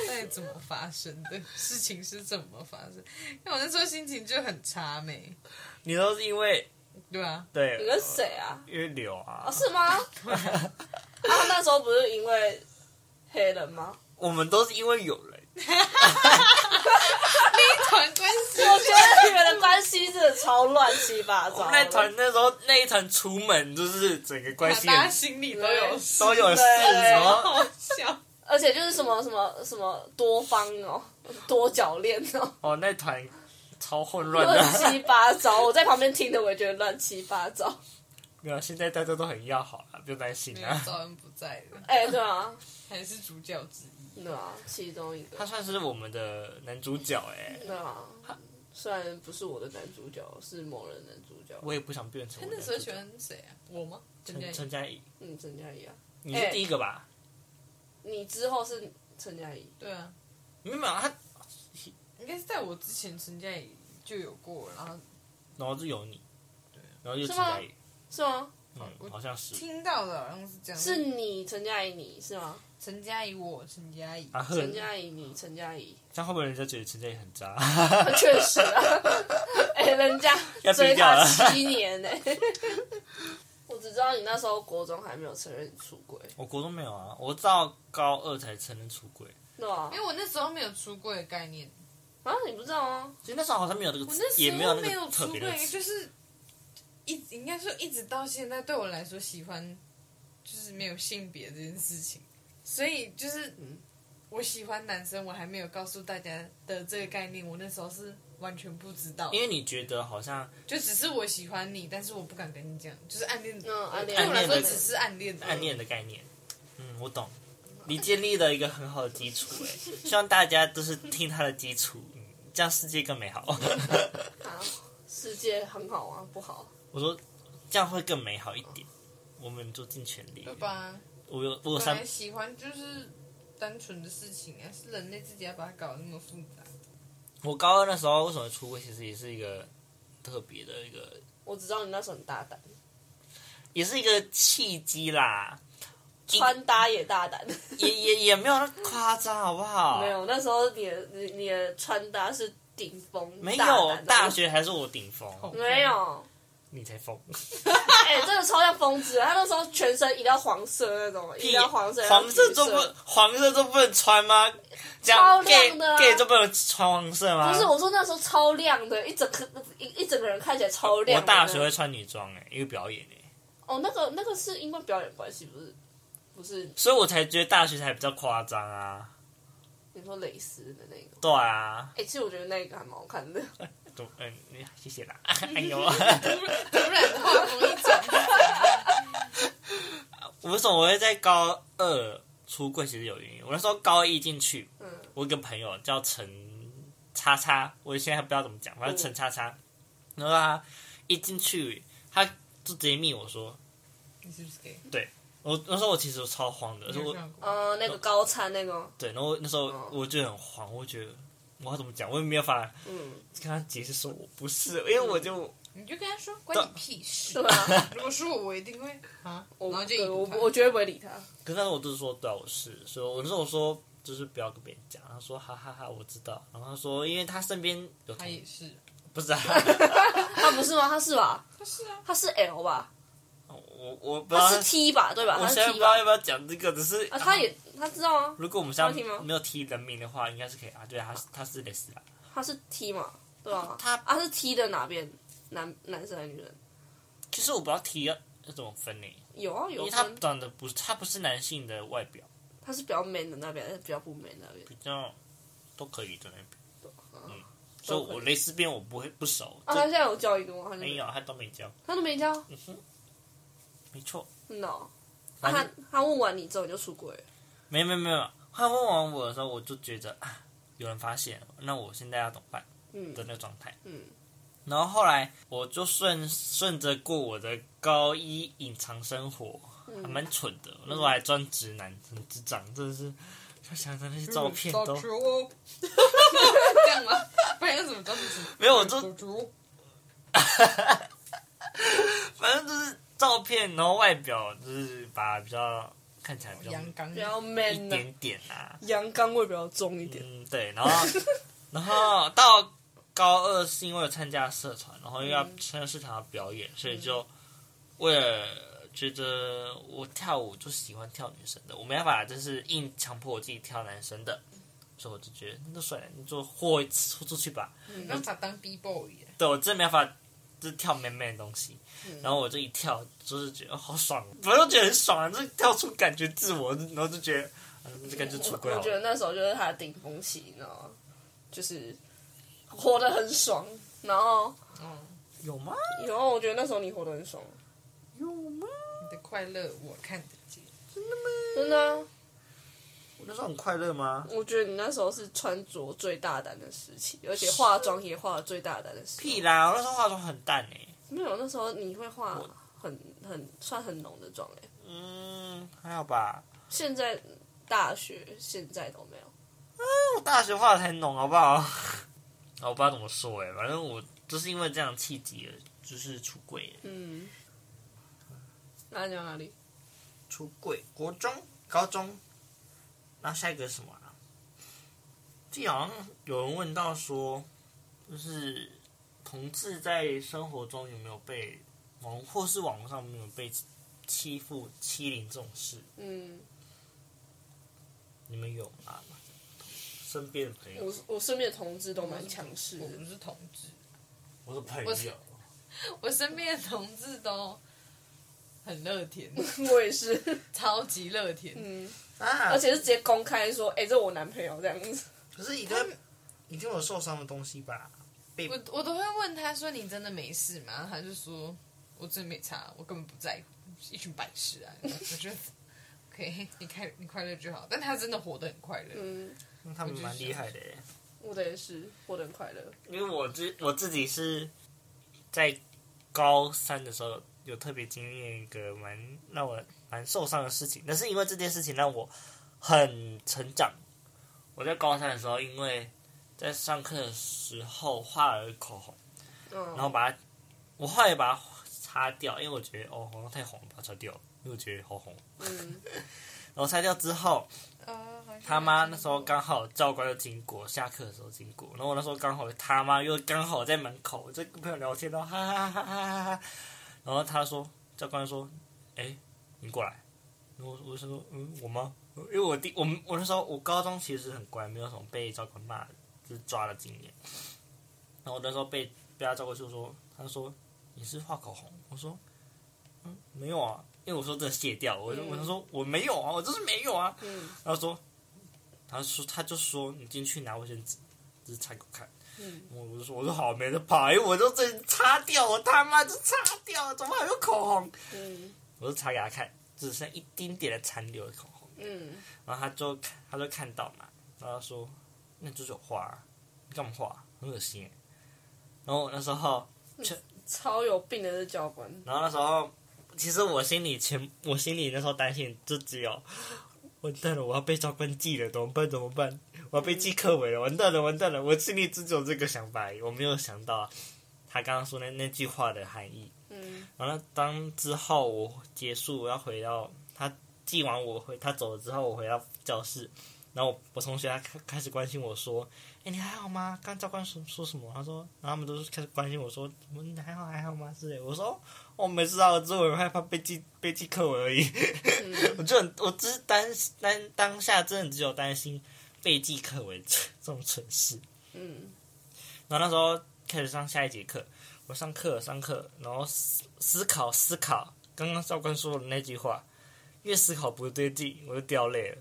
Speaker 3: 那哎怎么发生的？事情是怎么发生？因为我那时候心情就很差没，
Speaker 1: 你都是因为
Speaker 3: 对啊，
Speaker 1: 对，
Speaker 2: 你跟谁啊？
Speaker 1: 因为柳啊
Speaker 2: 啊，，是吗？ 啊，他那时候不是因为黑人吗？
Speaker 1: 我们都是因为有人，
Speaker 3: 一团关系
Speaker 2: 我觉得你们的关系真的超乱七八
Speaker 1: 我
Speaker 2: 糟的。
Speaker 1: 们那团那时候那一团出门就是整个关系
Speaker 3: 大家
Speaker 1: 很
Speaker 3: 心里都有事，
Speaker 1: 都有事，
Speaker 2: 对
Speaker 1: 然后
Speaker 3: 好笑。
Speaker 2: 而且就是什么什么什么多方哦，多角恋哦，
Speaker 1: 哦那团超混乱
Speaker 2: 乱
Speaker 1: 的，
Speaker 2: 七八糟。我在旁边听的，我也觉得乱七八糟。
Speaker 1: 没有，现在大家都很要好了，不用担心
Speaker 3: 没有
Speaker 1: 啊。
Speaker 3: 赵恩不在的，
Speaker 2: 哎、对啊，
Speaker 3: 还是主角之一。
Speaker 2: 对啊，其中一
Speaker 1: 他
Speaker 2: 个，
Speaker 1: 算是我们的男主角哎，
Speaker 2: 对啊。虽然不是我的男主角，是某人男主角，
Speaker 1: 我也不想变成
Speaker 3: 他
Speaker 1: 我的
Speaker 3: 那
Speaker 1: 男
Speaker 3: 时
Speaker 1: 主
Speaker 3: 候喜
Speaker 1: 角。
Speaker 3: 欢谁啊？我吗？陈
Speaker 1: 陈
Speaker 3: 嘉哎
Speaker 1: 陈佳怡，
Speaker 2: 嗯，陈佳怡啊，
Speaker 1: 你是第一个吧？
Speaker 2: 你之后是陈佳怡，
Speaker 3: 对啊，
Speaker 1: 没有没有他，
Speaker 3: 应该是在我之前陈嘉怡就有过，然后
Speaker 1: 然后就有你，然后就是陈
Speaker 2: 吗
Speaker 1: 佳怡，
Speaker 2: 是吗？
Speaker 1: 嗯，
Speaker 3: 哦我
Speaker 1: 好像是
Speaker 3: 听到的好像是这样，
Speaker 2: 是你陈佳怡，你是吗？
Speaker 3: 陈嘉怡我陈嘉怡，
Speaker 1: 啊，呵
Speaker 2: 陈佳怡，你陈佳 怡，
Speaker 1: 这样会不会人家觉得陈佳怡很渣？
Speaker 2: 确实啊，哎、人家
Speaker 1: 要
Speaker 2: 追
Speaker 1: 低调
Speaker 2: 他
Speaker 1: 了
Speaker 2: 七年呢、 我只知道你那时候国中还没有承认你出轨，
Speaker 1: 我国中没有啊，我到高二才承认出轨。
Speaker 2: 对吧
Speaker 3: 因？为我那时候没有出柜的概念，
Speaker 2: 啊，你不知道吗？
Speaker 1: 其实那时候好像没有这个
Speaker 3: 我
Speaker 1: 词
Speaker 3: 那，时
Speaker 1: 也
Speaker 3: 候
Speaker 1: 有那
Speaker 3: 没有
Speaker 1: 个特
Speaker 3: 出
Speaker 1: 别的
Speaker 3: 柜，
Speaker 1: 词。
Speaker 3: 就是一直应该说一直到现在对我来说，喜欢就是没有性别这件事情，所以就是
Speaker 2: 嗯
Speaker 3: 我喜欢男生，我还没有告诉大家的这个概念，我那时候是完全不知道的，
Speaker 1: 因为你觉得好像
Speaker 3: 就只是我喜欢你，但是我不敢跟你讲，就是暗恋，
Speaker 2: 嗯，暗恋
Speaker 3: 对我来
Speaker 1: 哦
Speaker 3: 说
Speaker 1: 暗恋的
Speaker 3: 只是暗恋，
Speaker 1: 暗恋的概念，嗯，我懂，你建立了一个很好的基础、哎，希望大家都是听他的基础，嗯，这样世界更美好。
Speaker 2: 啊，世界很好啊，不好。
Speaker 1: 我说这样会更美好一点，我们就尽全力
Speaker 3: 对。吧？
Speaker 1: 我有我有
Speaker 3: 本
Speaker 1: 三
Speaker 3: 来，喜欢就是单纯的事情啊，是人类自己要把它搞得那么复杂。
Speaker 1: 我高二那时候为什么出柜，其实也是一个特别的一个，
Speaker 2: 我只知道你那时候很大胆，
Speaker 1: 也是一个契机啦，
Speaker 2: 穿搭也大胆。
Speaker 1: 也也也没有那夸张，好不好？
Speaker 2: 没，有，那时候你的你你的穿搭是顶峰，
Speaker 1: 没
Speaker 2: 大
Speaker 1: 有，
Speaker 2: 胆的哦
Speaker 1: 大学还是我顶峰，
Speaker 2: 没有。
Speaker 1: 你才疯，
Speaker 2: 哎、真的超像疯子的，他那时候全身一定要黄色那种，一定要黄色，
Speaker 1: 黄色
Speaker 2: 这
Speaker 1: 都不黄色都不能穿吗？这
Speaker 2: 超
Speaker 1: 样 gay
Speaker 2: 亮的啊
Speaker 1: gay 都不能穿黄色吗？
Speaker 2: 不是，我说那时候超亮的，一整个一一整个人看起来超亮
Speaker 1: 我
Speaker 2: 的。
Speaker 1: 大学会穿女装哎、因为表演哎、
Speaker 2: 哦，那个那个是因为表演关系，不是不是
Speaker 1: 所以我才觉得大学才比较夸张啊。
Speaker 2: 你说蕾丝的那个。
Speaker 1: 对啊，
Speaker 2: 哎、其实我觉得那个还蛮好看的，
Speaker 1: 都嗯，你谢谢 啦。哎呦，
Speaker 3: 突然话锋一转，
Speaker 1: 为什么 我会在高二出柜？其实有原因。我那时候高一进去，
Speaker 2: 嗯，
Speaker 1: 我有一个朋友叫陈叉叉，我现在还不知道怎么讲，
Speaker 2: 嗯
Speaker 1: 反正陈叉叉。然后他一进去，他就直接密我说，
Speaker 3: 你是不是 gay？
Speaker 1: 我那时候我其实我超慌的，说我
Speaker 2: 呃，那个高叉那个，
Speaker 1: 对，然后那时候
Speaker 2: 嗯
Speaker 1: 我就很慌，我觉得我要怎么讲，我也没有办法
Speaker 2: 嗯，
Speaker 1: 跟他解释说我不是，因为我就
Speaker 3: 你就跟他说关你屁事
Speaker 2: 对。啊，
Speaker 3: 如果是我，我一定会啊，
Speaker 2: 我
Speaker 3: 然后就
Speaker 2: 对
Speaker 3: 移
Speaker 2: 我
Speaker 3: 不
Speaker 2: 不
Speaker 3: 开
Speaker 2: 我绝对不会理他，
Speaker 1: 可是那时候我就是说对啊，我是，所以我那时候我说就是不要跟别人讲。他说哈哈哈，我知道。然后他说，因为他身边有
Speaker 3: 他
Speaker 1: 同
Speaker 3: 也是，
Speaker 1: 不是啊，
Speaker 2: 他不是吗？他是吧？
Speaker 3: 他是啊，
Speaker 2: 他是 L 吧？
Speaker 1: 我我不知道
Speaker 2: 他，是 T 吧？对吧？
Speaker 1: 我
Speaker 2: 他
Speaker 1: 现在不
Speaker 2: 是 T
Speaker 1: 知道要
Speaker 2: 吧？
Speaker 1: 不要讲这个，只是
Speaker 2: 啊，他也他知道啊，
Speaker 1: 如果我们现
Speaker 2: 他会听
Speaker 1: 在
Speaker 2: 吗
Speaker 1: 没有提人名的话，应该是可以啊。对啊，他是他是蕾丝啊，
Speaker 2: 他是 T 嘛？对吧？
Speaker 1: 他
Speaker 2: 啊是 T 的哪边？男男生还是女生？
Speaker 1: 其实我不知道提要要怎么分呢，
Speaker 2: 有啊
Speaker 1: 因
Speaker 2: 有
Speaker 1: 为他
Speaker 2: 分，
Speaker 1: 长得不是他不是男性的外表，
Speaker 2: 他是比较 man 的那边，还是比较不 man 的那边？
Speaker 1: 比较都可以的那边，
Speaker 2: 啊，
Speaker 1: 所以
Speaker 2: 都可以
Speaker 1: 我蕾丝边我不会不熟，
Speaker 2: 啊他现在有教一个吗？他就
Speaker 1: 没有他都没教，
Speaker 2: 他都没教，
Speaker 1: 嗯哼，没错，
Speaker 2: 真的哦。啊
Speaker 1: 反正
Speaker 2: 他他问完你之后你就出轨了，
Speaker 1: 没有没有没有，他问完我的时候，我就觉得啊，有人发现了，那我现在要怎么办
Speaker 2: 嗯
Speaker 1: 的那个状态。
Speaker 2: 嗯，
Speaker 1: 然后后来我就顺顺着过我的高一隐藏生活，
Speaker 2: 嗯
Speaker 1: 还蛮蠢的。那时候还专直男，很智障，真的是。就想着那些照
Speaker 3: 嗯
Speaker 1: 片都
Speaker 3: 猪，这样吗？不然要怎么叫猪？
Speaker 1: 没有，我就
Speaker 3: 猪猪，
Speaker 1: 反正就是照片，然后外表就是把比较看起来比较
Speaker 3: 阳刚
Speaker 2: 比，较
Speaker 1: 一
Speaker 2: man 的，
Speaker 1: 点点啊，
Speaker 2: 阳刚味比较重一点。
Speaker 1: 嗯，对，然后 然后到高二是因为有参加社团，然后又要参加社团的表演，所以就为了觉得我跳舞就喜欢跳女生的，我没办法就是硬强迫我自己跳男生的，所以我就觉得那就算了，你就豁出出去吧。
Speaker 3: 你要咋当 B boy 啊耶？
Speaker 1: 对我真的没办法，就是跳美美的东西。然后我就一跳，就是觉得、哦好爽，我就觉得很爽啊，就是跳出感觉自我，然后就觉得。啊这个就出轨
Speaker 2: 我
Speaker 1: 了
Speaker 2: 觉。得那时候就是他的顶峰期，你知道吗？就是活得很爽，然后
Speaker 3: 哦，
Speaker 1: 有吗？
Speaker 2: 然后我觉得那时候你活得很爽，
Speaker 1: 有吗？
Speaker 3: 你的快乐我看得见。
Speaker 2: 真的啊、
Speaker 1: 我那时候很快乐吗？
Speaker 2: 我觉得你那时候是穿着最大胆的时期，而且化妆也化的最大胆的时期。
Speaker 1: 屁！啦！我那时候化妆很淡欸诶、
Speaker 2: 没有，那时候你会化很很算很浓的妆哎、
Speaker 1: 嗯，还好吧。
Speaker 2: 现在大学现在都没有。
Speaker 1: 我大学化的才浓，好不好？ 啊我不知道怎么说诶、反正我就是因为这样的契机，就是出柜了。
Speaker 2: 嗯，那讲哪里？
Speaker 1: 出柜，国中、高中，那下一个是什么啊？这好像有人问到说，就是同志在生活中有没有被网或是网络上有没有被欺负、欺凌这种事？
Speaker 2: 嗯，
Speaker 1: 你们有吗？身边的朋友，
Speaker 2: 我我身边的同志都蛮强势
Speaker 3: 我
Speaker 2: 的，
Speaker 3: 不是同志，
Speaker 1: 我的朋
Speaker 3: 我是我身边的同志都很乐天，
Speaker 2: 我也是，
Speaker 3: 超级乐天。
Speaker 2: 嗯，
Speaker 1: 啊，
Speaker 2: 而且是直接公开说，哎、这我男朋友这样子。
Speaker 1: 可是一个一定有受伤的东西吧？被
Speaker 3: 我我都会问他说：“你真的没事吗？”他就说：“我真没差，我根本不在乎，一群白痴啊！”我觉得，OK，你开你快乐就好。但他真的活得很快乐，
Speaker 2: 嗯，
Speaker 1: 那他们蛮厉害的耶，
Speaker 2: 我的也是，活得很快乐。
Speaker 1: 因为我自我自己是在高三的时候有特别经验一个蛮让我蛮受伤的事情，但是因为这件事情让我很成长。我在高三的时候，因为在上课的时候画了口红，然后
Speaker 2: 嗯，
Speaker 1: 把它，我后来把它擦掉，因为我觉得哦好像太红了，把它擦掉，因为我觉得好红。
Speaker 2: 嗯，
Speaker 1: 然后擦掉之后，
Speaker 3: 哦，好像
Speaker 1: 他妈那时候刚好教官就经过，下课的时候经过，然后我那时候刚好他妈又刚好在门口，我在跟朋友聊天，然后哈哈哈哈哈哈，然后他说教官说，哎、你过来，然后我我就说嗯我吗？因为我第我们我那时候我高中其实很乖，没有什么被教官骂，就是抓的经验。然后我那时候被被他叫过去我说，他说你是画口红，我说嗯没有啊，因为我说真的卸掉，我就我就说我没有啊，我就是没有啊，
Speaker 2: 嗯
Speaker 1: 然后说，他说他就说你进去拿卫生纸，就是擦给我看。
Speaker 2: 嗯，
Speaker 1: 我我就说我说好没得跑，因为我就这擦掉，我他妈就擦掉，怎么还有口红？
Speaker 2: 嗯
Speaker 1: 我就擦给他看，只剩一丁点的残留的口红。
Speaker 2: 嗯
Speaker 1: 然后他就看他就看到嘛，然后他说那就是有画、啊，你干嘛画、啊？很恶心耶、然后我那时候，
Speaker 2: 超有病的这教官，
Speaker 1: 然后那时候，其实我心里前我心里那时候担心就只有。完蛋了！我要被教官记了，怎么办？怎么办？我要被记课文了！完蛋了！完蛋了！我心里只有这个想法而已，我没有想到啊他刚刚说那那句话的含义。
Speaker 2: 嗯
Speaker 1: 然后当之后我结束，我要回到他记完我回他走了之后，我回到教室，然后我我同学他开开始关心我说：“哎，你还好吗？刚教官说说什么？”他说，然后他们都是开始关心我说：“怎么你还好还好吗？”之类的。我说：“我、哦、没事啊，我只是我很害怕被记被记课文而已。”
Speaker 2: 嗯，
Speaker 1: 我就很，我只是担担当下真的只有担心被记课文这这种蠢事。
Speaker 2: 嗯
Speaker 1: 然后那时候开始上下一节课，我上课上课，然后思思考思考刚刚教官说的那句话，越思考不对劲，我就掉泪了。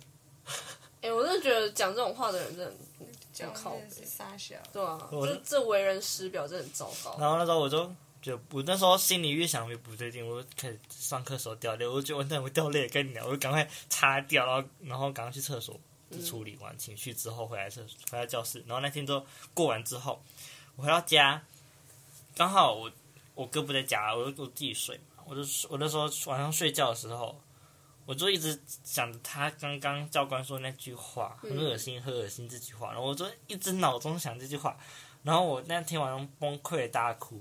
Speaker 2: 哎、我真的觉得讲这种话的人真的很，
Speaker 3: 教
Speaker 2: 靠
Speaker 3: 练是傻小，
Speaker 2: 对啊，
Speaker 1: 我
Speaker 2: 这这为人师表真的很糟糕。
Speaker 1: 然后那时候我就就我那时候心里越想越不对劲，我就开始上课时候掉泪，我就觉得完蛋，我掉泪了，跟你聊，我就赶快擦掉，然后然后赶快去厕所就处理完情绪之后回来厕回到教室，然后那天就过完之后，我回到家，刚好我我哥不在家，我就我自己睡嘛，我就我那时候晚上睡觉的时候。我就一直想着他刚刚教官说那句话，很恶心，很恶心这句话，然后我就一直脑中想这句话，然后我那天晚上崩溃地大哭，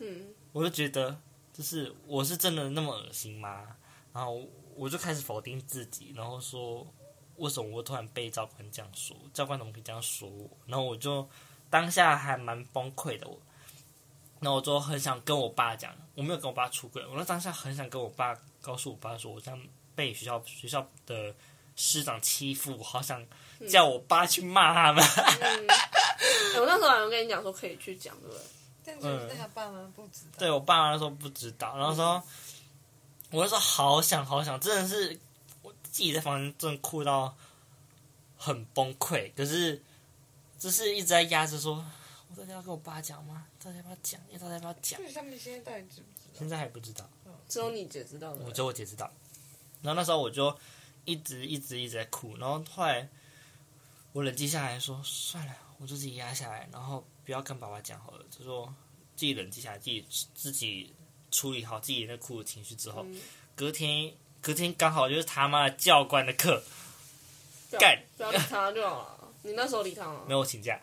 Speaker 2: 嗯
Speaker 1: 我就觉得，就是我是真的那么恶心吗？然后我我就开始否定自己，然后说为什么我突然被教官这样说？教官怎么可以这样说我？然后我就当下还蛮崩溃的我，然后我就很想跟我爸讲，我没有跟我爸出轨，我那当下很想跟我爸告诉我爸说，我这样被学校学校的师长欺负，我好想叫我爸去骂他们。
Speaker 2: 嗯，欸我那时候好像跟你讲说可以去讲，对不对？
Speaker 3: 但就是他爸妈不知道。
Speaker 1: 对我爸妈那时候不知道，然后说，我那时候好想好想，真的是我自己在房间真的哭到很崩溃，可是就是一直在压着说，我到底要跟我爸讲吗？到底要不要讲？到底要不要讲
Speaker 3: 就？是他们现在到底知不知道？
Speaker 1: 现在还不知道，
Speaker 2: 只有你姐知道的。
Speaker 1: 我就我姐知道。然后那时候我就一直一直一直在哭，然后后来我冷静下来说，算了，我就自己压下来，然后不要跟爸爸讲好了，就说自己冷静下来，自己自己处理好自己那哭的情绪之后，
Speaker 2: 嗯
Speaker 1: 隔天隔天刚好就是他妈的教官的课，
Speaker 2: 不要
Speaker 1: 干
Speaker 2: 不要理他就好了。你那时候理他吗？
Speaker 1: 没有我请假，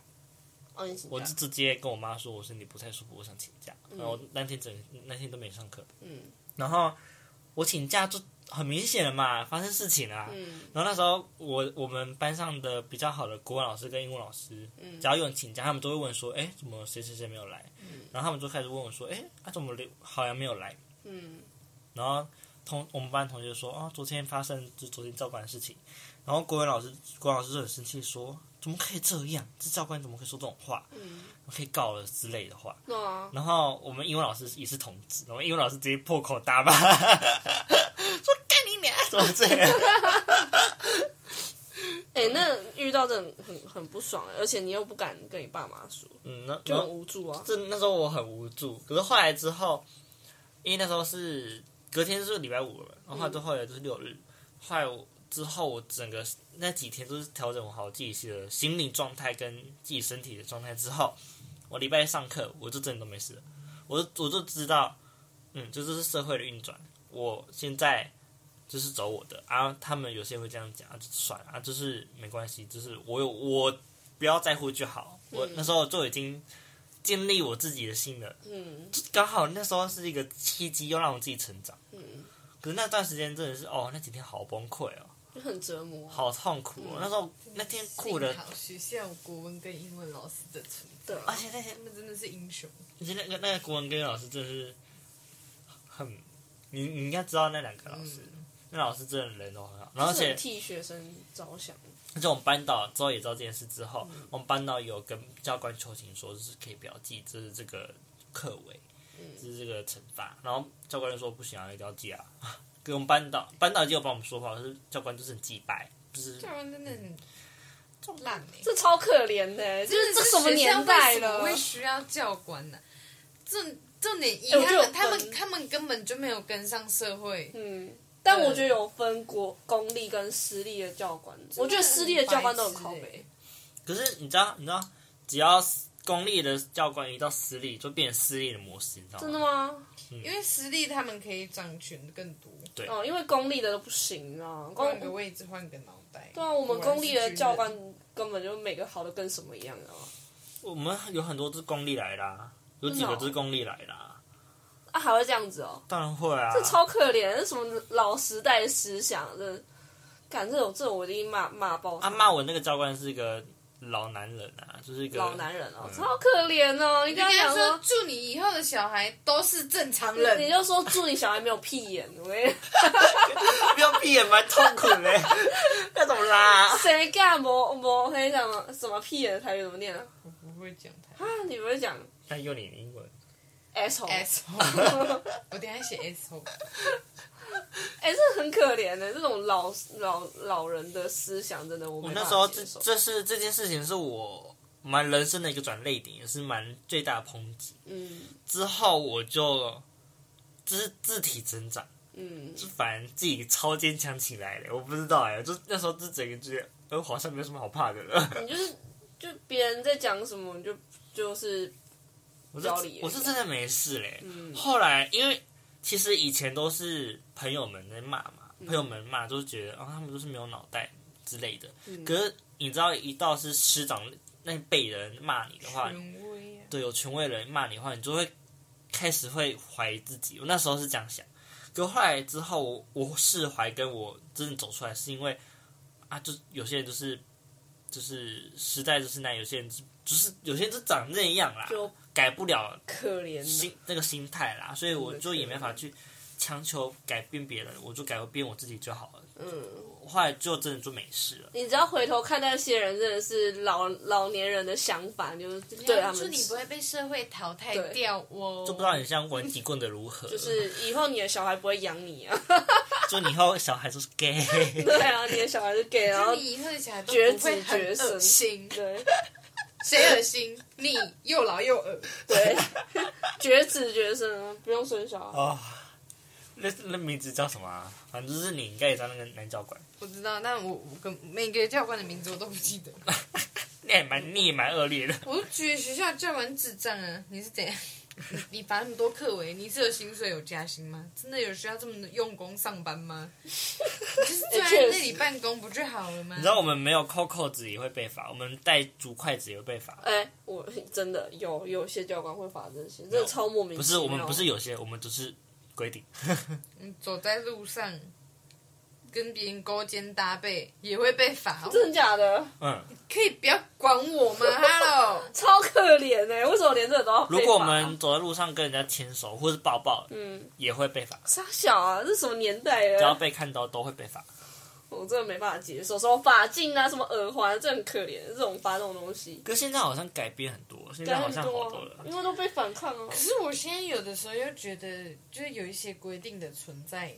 Speaker 2: 哦，你请假
Speaker 1: 我就直接跟我妈说我身体不太舒服，我想请假，然后那天整那天都没上课，
Speaker 2: 嗯
Speaker 1: 然后我请假就很明显了嘛，发生事情了啊、
Speaker 2: 嗯
Speaker 1: 然后那时候我我们班上的比较好的国文老师跟英文老师，
Speaker 2: 嗯
Speaker 1: 只要有人请假，他们都会问说，哎，怎么谁谁谁没有来？然后他们就开始问我说，哎，啊怎么刘好像没有来？
Speaker 2: 嗯
Speaker 1: 然后同我们班同学就说，哦，昨天发生就昨天教官的事情。然后国文老师国文老师就很生气说，怎么可以这样？这教官怎么可以说这种话？
Speaker 2: 嗯，
Speaker 1: 可以告了之类的话。
Speaker 2: 对啊，
Speaker 1: 然后我们英文老师也是同志，我们英文老师直接破口大 骂， 说干你娘，怎么这样？
Speaker 2: 哎、
Speaker 1: 嗯
Speaker 2: 那遇到这种很很不爽，而且你又不敢跟你爸妈说，
Speaker 1: 嗯，那
Speaker 2: 就
Speaker 1: 然
Speaker 2: 很
Speaker 1: 后
Speaker 2: 无助啊。
Speaker 1: 这那时候我很无助，可是后来之后，因为那时候是隔天是礼拜五了嘛，然后就后来就是六日，后来我之后我整个那几天都是调整好自己的心理状态跟自己身体的状态之后，我礼拜一上课我就真的都没事了，我就我就知道，嗯，这就是社会的运转，我现在。就是走我的啊，他们有些人会这样讲啊，就算了啊，就是没关系，就是我有我不要在乎就好，我那时候就已经建立我自己的心了，
Speaker 2: 嗯
Speaker 1: 就刚好那时候是一个契机，又让我自己成长。
Speaker 2: 嗯，
Speaker 1: 可是那段时间真的是哦，那几天好崩溃哦，
Speaker 2: 就很折磨。，
Speaker 1: 好痛苦、哦。那时候那天哭的
Speaker 3: 幸，好学校国文跟英文老师的存在，
Speaker 2: 对啊
Speaker 1: 而且那天
Speaker 3: 他们真的是英雄。
Speaker 1: 而且那个那个国文跟老师真的是很，你你应该知道那两个老师，
Speaker 3: 嗯
Speaker 1: 那老师真的人都很好，然后而
Speaker 2: 是
Speaker 1: 且
Speaker 2: 很替学生着想。
Speaker 1: 而且我们班导之后也知道这件事之后，
Speaker 2: 嗯
Speaker 1: 我们班导有跟教官求情说，就是可以不要记，这是这个课尾，
Speaker 2: 嗯
Speaker 1: 这是这个惩罚。然后教官就说不行啊，一定要记啊。 给我们班导，班导就有帮我们说话，可是教官就是很鸡掰，就是
Speaker 3: 教官真的很烂哎、
Speaker 2: 这超可怜的、就是这什么年代
Speaker 3: 学校为什
Speaker 2: 了
Speaker 3: 么？会需要教官呢、重重点一，
Speaker 2: 哎我
Speaker 3: 他
Speaker 2: 觉得有
Speaker 3: 们他们
Speaker 2: 分
Speaker 3: 他们根本就没有跟上社会，
Speaker 2: 嗯，但我觉得有分国公立跟私立的教官，我觉得私立的教官都很靠
Speaker 3: 白痴
Speaker 2: 北
Speaker 3: 欸。
Speaker 1: 可是你知道，你知道，只要公立的教官一到私立，就变成私立的模式，你知道吗？
Speaker 2: 真的？吗？
Speaker 3: 因为私立他们可以掌权更多，
Speaker 1: 对
Speaker 2: 哦，因为公立的都不行啊，公
Speaker 3: 换个位置换个脑袋。
Speaker 2: 对啊，我们公立的教官根本就每个好的跟什么一样啊！
Speaker 1: 我们有很多都是公立来的、啊，有几个都是公立来的、啊，
Speaker 2: 啊，还会这样子哦，
Speaker 1: 当然会啊。
Speaker 2: 这超可怜，这什么老时代的思想，这干这种这种我一定骂骂爆他
Speaker 1: 啊，骂我那个教官是一个老男人啊，就是一个
Speaker 2: 老男人哦，
Speaker 1: 嗯
Speaker 2: 超可怜哦！你
Speaker 3: 你
Speaker 2: 跟
Speaker 3: 跟
Speaker 2: 他
Speaker 3: 他
Speaker 2: 讲
Speaker 3: 说，
Speaker 2: 说，
Speaker 3: 祝你以后的小孩都是正常
Speaker 2: 你
Speaker 3: 人。
Speaker 2: 就说祝你小孩没有屁眼，喂，
Speaker 1: 不要闭眼蛮痛苦的，要怎么啦？
Speaker 2: 谁干磨磨黑什么什么屁眼的台语怎么念啊？
Speaker 3: 我不会讲 他
Speaker 2: 啊，你不会讲
Speaker 1: 那用你的英文，
Speaker 2: asshole？哎、
Speaker 3: S，我 等一下写 S O。
Speaker 2: 哎这很可怜的，这种老老老人的思想，真的我
Speaker 1: 我
Speaker 2: 没
Speaker 1: 那
Speaker 2: 办
Speaker 1: 时候
Speaker 2: 法
Speaker 1: 这
Speaker 2: 接受。
Speaker 1: 这是这件事情是我蛮人生的一个转泪点，也是蛮最大的抨击。
Speaker 2: 嗯
Speaker 1: 之后我就就是自体成长，
Speaker 2: 嗯，
Speaker 1: 就反正自己超坚强起来了。我不知道哎、就那时候就整个觉得，呃，好像没有什么好怕的了。
Speaker 2: 你就是就别人在讲什么，你就就是
Speaker 1: 我是
Speaker 2: 道理也
Speaker 1: 我是
Speaker 2: 一样
Speaker 1: 真的没事嘞、
Speaker 2: 嗯
Speaker 1: 后来因为其实以前都是朋友们在骂嘛，
Speaker 2: 嗯
Speaker 1: 朋友们骂就是觉得啊、他们都是没有脑袋之类的。
Speaker 2: 嗯
Speaker 1: 可是你知道，一到是师长那辈人骂你的话，
Speaker 3: 权威啊！
Speaker 1: 对有权威人骂你的话，你就会开始会怀疑自己。我那时候是这样想，可后来之后我我释怀，跟我真的走出来，是因为啊，就有些人就是就是时代就是那样，有些人就就是有些人就长那样啦，
Speaker 2: 就
Speaker 1: 改不了
Speaker 2: 可怜啊
Speaker 1: 心
Speaker 2: 了。
Speaker 1: 那个心态啦，所以我就也没法去强求改变别人，我就改变我自己就好了。
Speaker 2: 嗯，
Speaker 1: 后来就真的就没事了。
Speaker 2: 你只要回头看那些人，真的是老老年人的想法，就是对啊他
Speaker 3: 祝
Speaker 2: 们
Speaker 3: 你不会被社会淘汰
Speaker 2: 对
Speaker 3: 掉哦。
Speaker 1: 就不知道你像文体棍的如何，就
Speaker 2: 就是以后你的小孩不会养你啊。
Speaker 1: 就你以后小孩都是 gay，
Speaker 2: 对啊，你的小孩是 gay，然后
Speaker 3: 祝你以后的小孩都
Speaker 2: 绝
Speaker 3: 不会
Speaker 2: 子
Speaker 3: 很
Speaker 2: 绝
Speaker 3: 恶
Speaker 2: 孙
Speaker 3: 心。
Speaker 2: 对
Speaker 3: 谁恶心？你又老又恶。
Speaker 2: 对， 绝子绝孙啊，不用生小孩。
Speaker 1: 哦，那那名字叫什么、啊？反正就是你应该也知道那个男教官，
Speaker 3: 我知道，但我我跟每个教官的名字我都不记得。
Speaker 1: 那也哎蛮你也蛮恶劣的。
Speaker 3: 我就觉得学校教官智障啊！你是怎样？你 你罚那么多课文，你是有薪水有加薪吗？真的有需要这么用功上班吗？你就是坐在那里办公不就好了吗？
Speaker 1: 你知道我们没有扣扣子也会被罚，我们带竹筷子也会被罚。
Speaker 2: 哎、我真的有有些教官会罚这些，真的超莫名
Speaker 1: 不
Speaker 2: 其
Speaker 1: 是
Speaker 2: 妙。
Speaker 1: 我们不是有些，我们只是规定。
Speaker 3: 你走在路上跟别人勾肩搭背也会被罚，哦
Speaker 2: 真的假的，
Speaker 1: 嗯，
Speaker 3: 可以不要管我吗？Hello，
Speaker 2: 超可怜哎、为什么连这个都要被
Speaker 1: 如
Speaker 2: 罚？
Speaker 1: 果我们走在路上跟人家牵手或是抱抱，
Speaker 2: 嗯，
Speaker 1: 也会被罚。
Speaker 2: 傻小啊，这什么年代
Speaker 1: 只要
Speaker 2: 了？
Speaker 1: 被看到都会被罚。
Speaker 2: 我真的没办法接受，什么发镜啊，什么耳环，这很可怜，这种发这种东西，
Speaker 1: 可是现在好像改变很多，现在
Speaker 2: 感
Speaker 1: 好
Speaker 2: 很
Speaker 1: 像好多
Speaker 2: 多啊，
Speaker 1: 了。
Speaker 2: 因为都被反抗啊，
Speaker 3: 可是我现在有的时候又觉得，就是有一些规定的存在，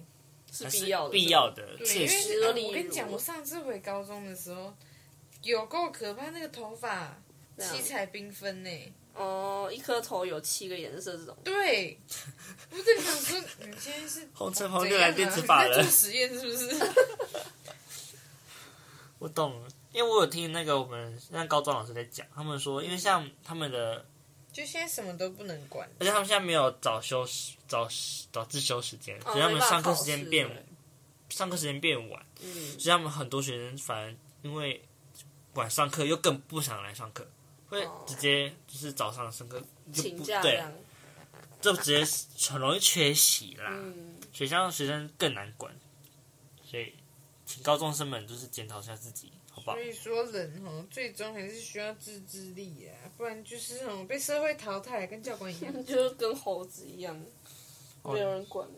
Speaker 2: 是必要的，
Speaker 1: 必要。的，
Speaker 3: 对，
Speaker 1: 确
Speaker 3: 因
Speaker 1: 实。
Speaker 3: 为
Speaker 2: 啊
Speaker 3: 我
Speaker 2: 例
Speaker 3: 跟你
Speaker 2: 如
Speaker 3: 讲，我上次回高中的时候，有够可怕，那个头发七彩缤纷呢。
Speaker 2: 哦、一颗头有七个颜色，这种
Speaker 3: 对，我在想说，你现在是
Speaker 1: 洪承
Speaker 3: 怎
Speaker 1: 鹏又来
Speaker 3: 样
Speaker 1: 电
Speaker 3: 啊？
Speaker 1: 子
Speaker 3: 你
Speaker 1: 法
Speaker 3: 在做
Speaker 1: 了，
Speaker 3: 实验是不是？
Speaker 1: 我懂了。因为我有听那个我们那高中老师在讲，他们说，因为像他们的，
Speaker 3: 就现在什么都不能管，
Speaker 1: 而且他们现在没有早休时、早早自修时间，所以他们上课时间变
Speaker 2: 哦哦没办法考嗯
Speaker 1: 上课时间变晚，
Speaker 2: 试对
Speaker 1: 所以他们很多学生反而因为晚上课又更不想来上课，会直接就是早上上课就
Speaker 2: 哦请
Speaker 1: 不
Speaker 2: 假这
Speaker 1: 对
Speaker 2: 样，，
Speaker 1: 就直接很容易缺席啦。
Speaker 2: 嗯，
Speaker 1: 学校学生更难管，所以请高中生们就是检讨一下自己，好不好
Speaker 3: 所？以说人哦，最终还是需要自制力啊，不然就是那种被社会淘汰，跟教官一样。
Speaker 2: 就是跟猴子一样，
Speaker 1: 哦
Speaker 2: 没有人管了。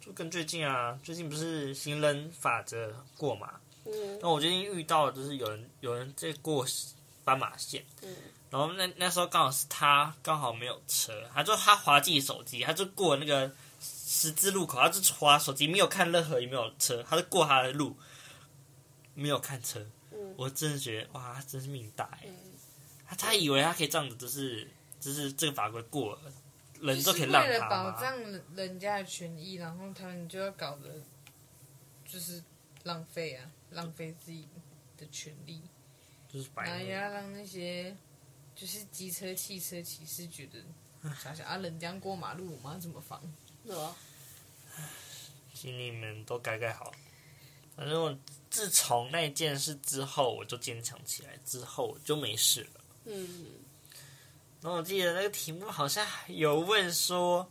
Speaker 1: 就跟最近啊，最近不是行人法则过嘛？
Speaker 2: 嗯
Speaker 1: 那我最近遇到就是有人有人在过斑马线，
Speaker 2: 嗯，
Speaker 1: 然后那那时候刚好是他刚好没有车，他就他滑自己手机，他就过那个十字路口，他就滑手机，没有看任何有没有车，他就过他的路，没有看车。
Speaker 2: 嗯
Speaker 1: 我真的觉得哇，他真是命大哎、
Speaker 2: 嗯
Speaker 1: 他他以为他可以这样子，就是就是这个法规过了，人都
Speaker 3: 就是
Speaker 1: 可以让
Speaker 3: 为了
Speaker 1: 他
Speaker 3: 保
Speaker 1: 吗？
Speaker 3: 障人家的权益，然后他们就要搞得就是浪费啊，浪费自己的权利，
Speaker 1: 就是白
Speaker 3: 然后
Speaker 1: 目
Speaker 3: 也要让那些就是机车、汽车骑士觉得。想想啊，人家过马路，我们要怎么防？
Speaker 2: 对啊吧？
Speaker 1: 请你们都改改好。反正我自从那件事之后，我就坚强起来，之后我就没事了。
Speaker 2: 嗯，
Speaker 1: 然后我记得那个题目好像有问说，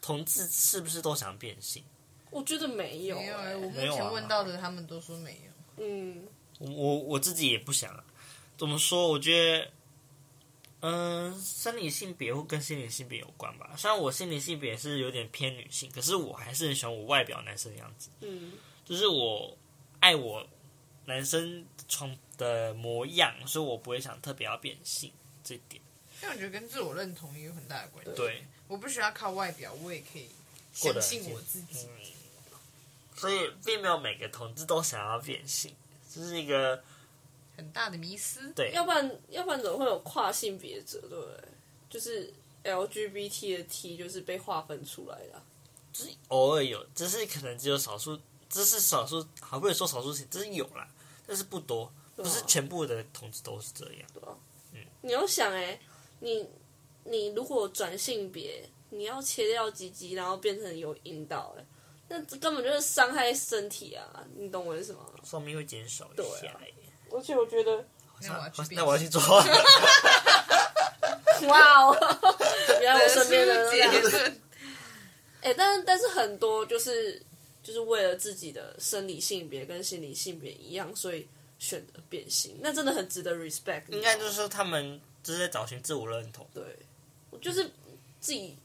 Speaker 1: 同志是不是都想变性？
Speaker 2: 我觉得没有、
Speaker 3: 没有哎、
Speaker 2: 欸
Speaker 3: 我目
Speaker 1: 没有啊
Speaker 3: 前问到的，他们都说没有。
Speaker 2: 嗯，
Speaker 1: 我我我自己也不想啊。怎么说？我觉得，嗯、生理性别会跟心理性别有关吧。虽然我心理性别是有点偏女性，可是我还是很喜欢我外表男生的样子。
Speaker 2: 嗯
Speaker 1: 就是我爱我男生床的模样，所以我不会想特别要变性这一点。
Speaker 3: 但我觉得跟自我认同也有很大的关系。
Speaker 1: 对，
Speaker 3: 我不需要靠外表，我也可以
Speaker 1: 过得
Speaker 3: 相
Speaker 1: 很
Speaker 3: 信
Speaker 1: 近
Speaker 3: 我自己。
Speaker 1: 嗯所以并没有每个同志都想要变性，这、是一个
Speaker 3: 很大的迷思。
Speaker 1: 对
Speaker 2: 要不然要不然怎么会有跨性别者？对不对？就是 LGBT 的 T 就是被划分出来的啊、
Speaker 1: 就是偶尔有，只是可能只有少数，这是少数，好不容易说少数，这是有啦，但是不多，
Speaker 2: 对
Speaker 1: 不
Speaker 2: 啊
Speaker 1: 是全部的同志都是这样。
Speaker 2: 对啊，你要想哎、你你如果转性别，你要切掉鸡鸡，然后变成有阴道哎、那这根本就是伤害身体啊！你懂我意思吗？
Speaker 1: 寿命会减少一
Speaker 2: 对
Speaker 1: 下
Speaker 2: 啊、而且我觉得，
Speaker 1: 好
Speaker 3: 那我要去
Speaker 1: 像
Speaker 3: 变性
Speaker 1: 那我要去做，
Speaker 2: 哇哦，原来我身边 的人都这
Speaker 3: 结
Speaker 2: 样
Speaker 3: 论，
Speaker 2: 哎、但但是很多就是就是为了自己的生理性别跟心理性别一样，所以选择变性，那真的很值得 respect 你
Speaker 1: 应
Speaker 2: 知道吗。
Speaker 1: 该就是说他们就是在找寻自我认同。
Speaker 2: 对，我就是自己，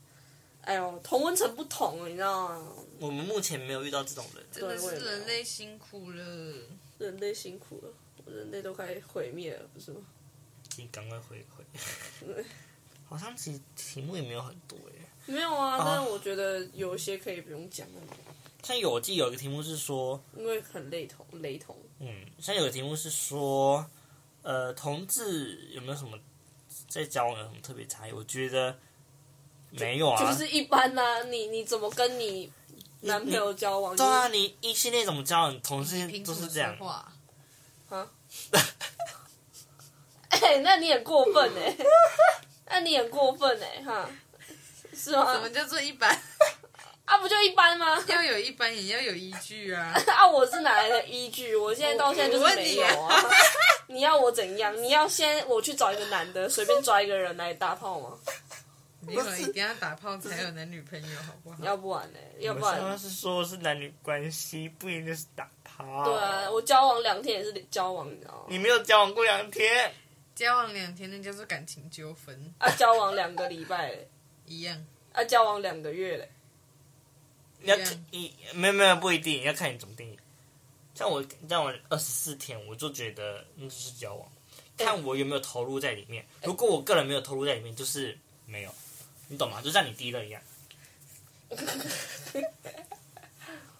Speaker 2: 哎呦，同温层不同，你知道吗？
Speaker 1: 我们目前没有遇到这种人，
Speaker 3: 真的
Speaker 2: 对我
Speaker 3: 是
Speaker 2: 也没有嗯
Speaker 3: 人类辛苦了。
Speaker 2: 人类辛苦了，人类都快毁灭了，不是吗？
Speaker 1: 请赶快回回。好像其实题目也没有很多耶，
Speaker 2: 没有啊，
Speaker 1: 啊
Speaker 2: 但是我觉得有一些可以不用讲的，
Speaker 1: 像有我记得有一个题目是说，
Speaker 2: 因为很雷同，雷同。
Speaker 1: 嗯，像有个题目是说，呃，同志有没有什么在交往有什么特别差异？我觉得没有啊，
Speaker 2: 就是一般啦、你你怎么跟你男朋友交往？
Speaker 1: 对啊，
Speaker 2: 就是
Speaker 1: 你异性恋怎么交往，同性
Speaker 3: 凭
Speaker 1: 恋
Speaker 3: 什
Speaker 1: 都
Speaker 3: 么
Speaker 1: 是这样
Speaker 3: 说。话？
Speaker 2: 哎、那你很过分哎、那你很过分哎、哈，是
Speaker 3: 什
Speaker 2: 吗
Speaker 3: 么？叫做一般？
Speaker 2: 啊，不就一般吗？
Speaker 3: 要有一般，也要有依据啊。
Speaker 2: 啊，我是哪来的依据？我现在到现在就是没有
Speaker 3: 我
Speaker 2: 啊。 你要我怎样？你要先我去找一个男的，随便抓一个人来打炮吗？
Speaker 3: 没有，一定要打炮才有男女朋友，好不好？
Speaker 2: 要不然呢、要不
Speaker 1: 我刚
Speaker 2: 然
Speaker 1: 刚是说是男女关系，不一定就是打炮。
Speaker 2: 对啊，我交往两天也是交往，你知道吗
Speaker 1: 你？没有交往过两天，
Speaker 3: 交往两天，那叫做感情纠纷，
Speaker 2: 啊，交往两个礼拜嘞，
Speaker 3: 一样。
Speaker 2: 啊，交往两个月嘞，
Speaker 1: 你要
Speaker 3: 一样
Speaker 1: 看你没有没有不一定，要看你怎么定义。像我像我二十四天，我就觉得那就是交往，看我有没有投入在里面。如果我个人没有投入在里面，就是没有，你懂吗？就像你低了一样。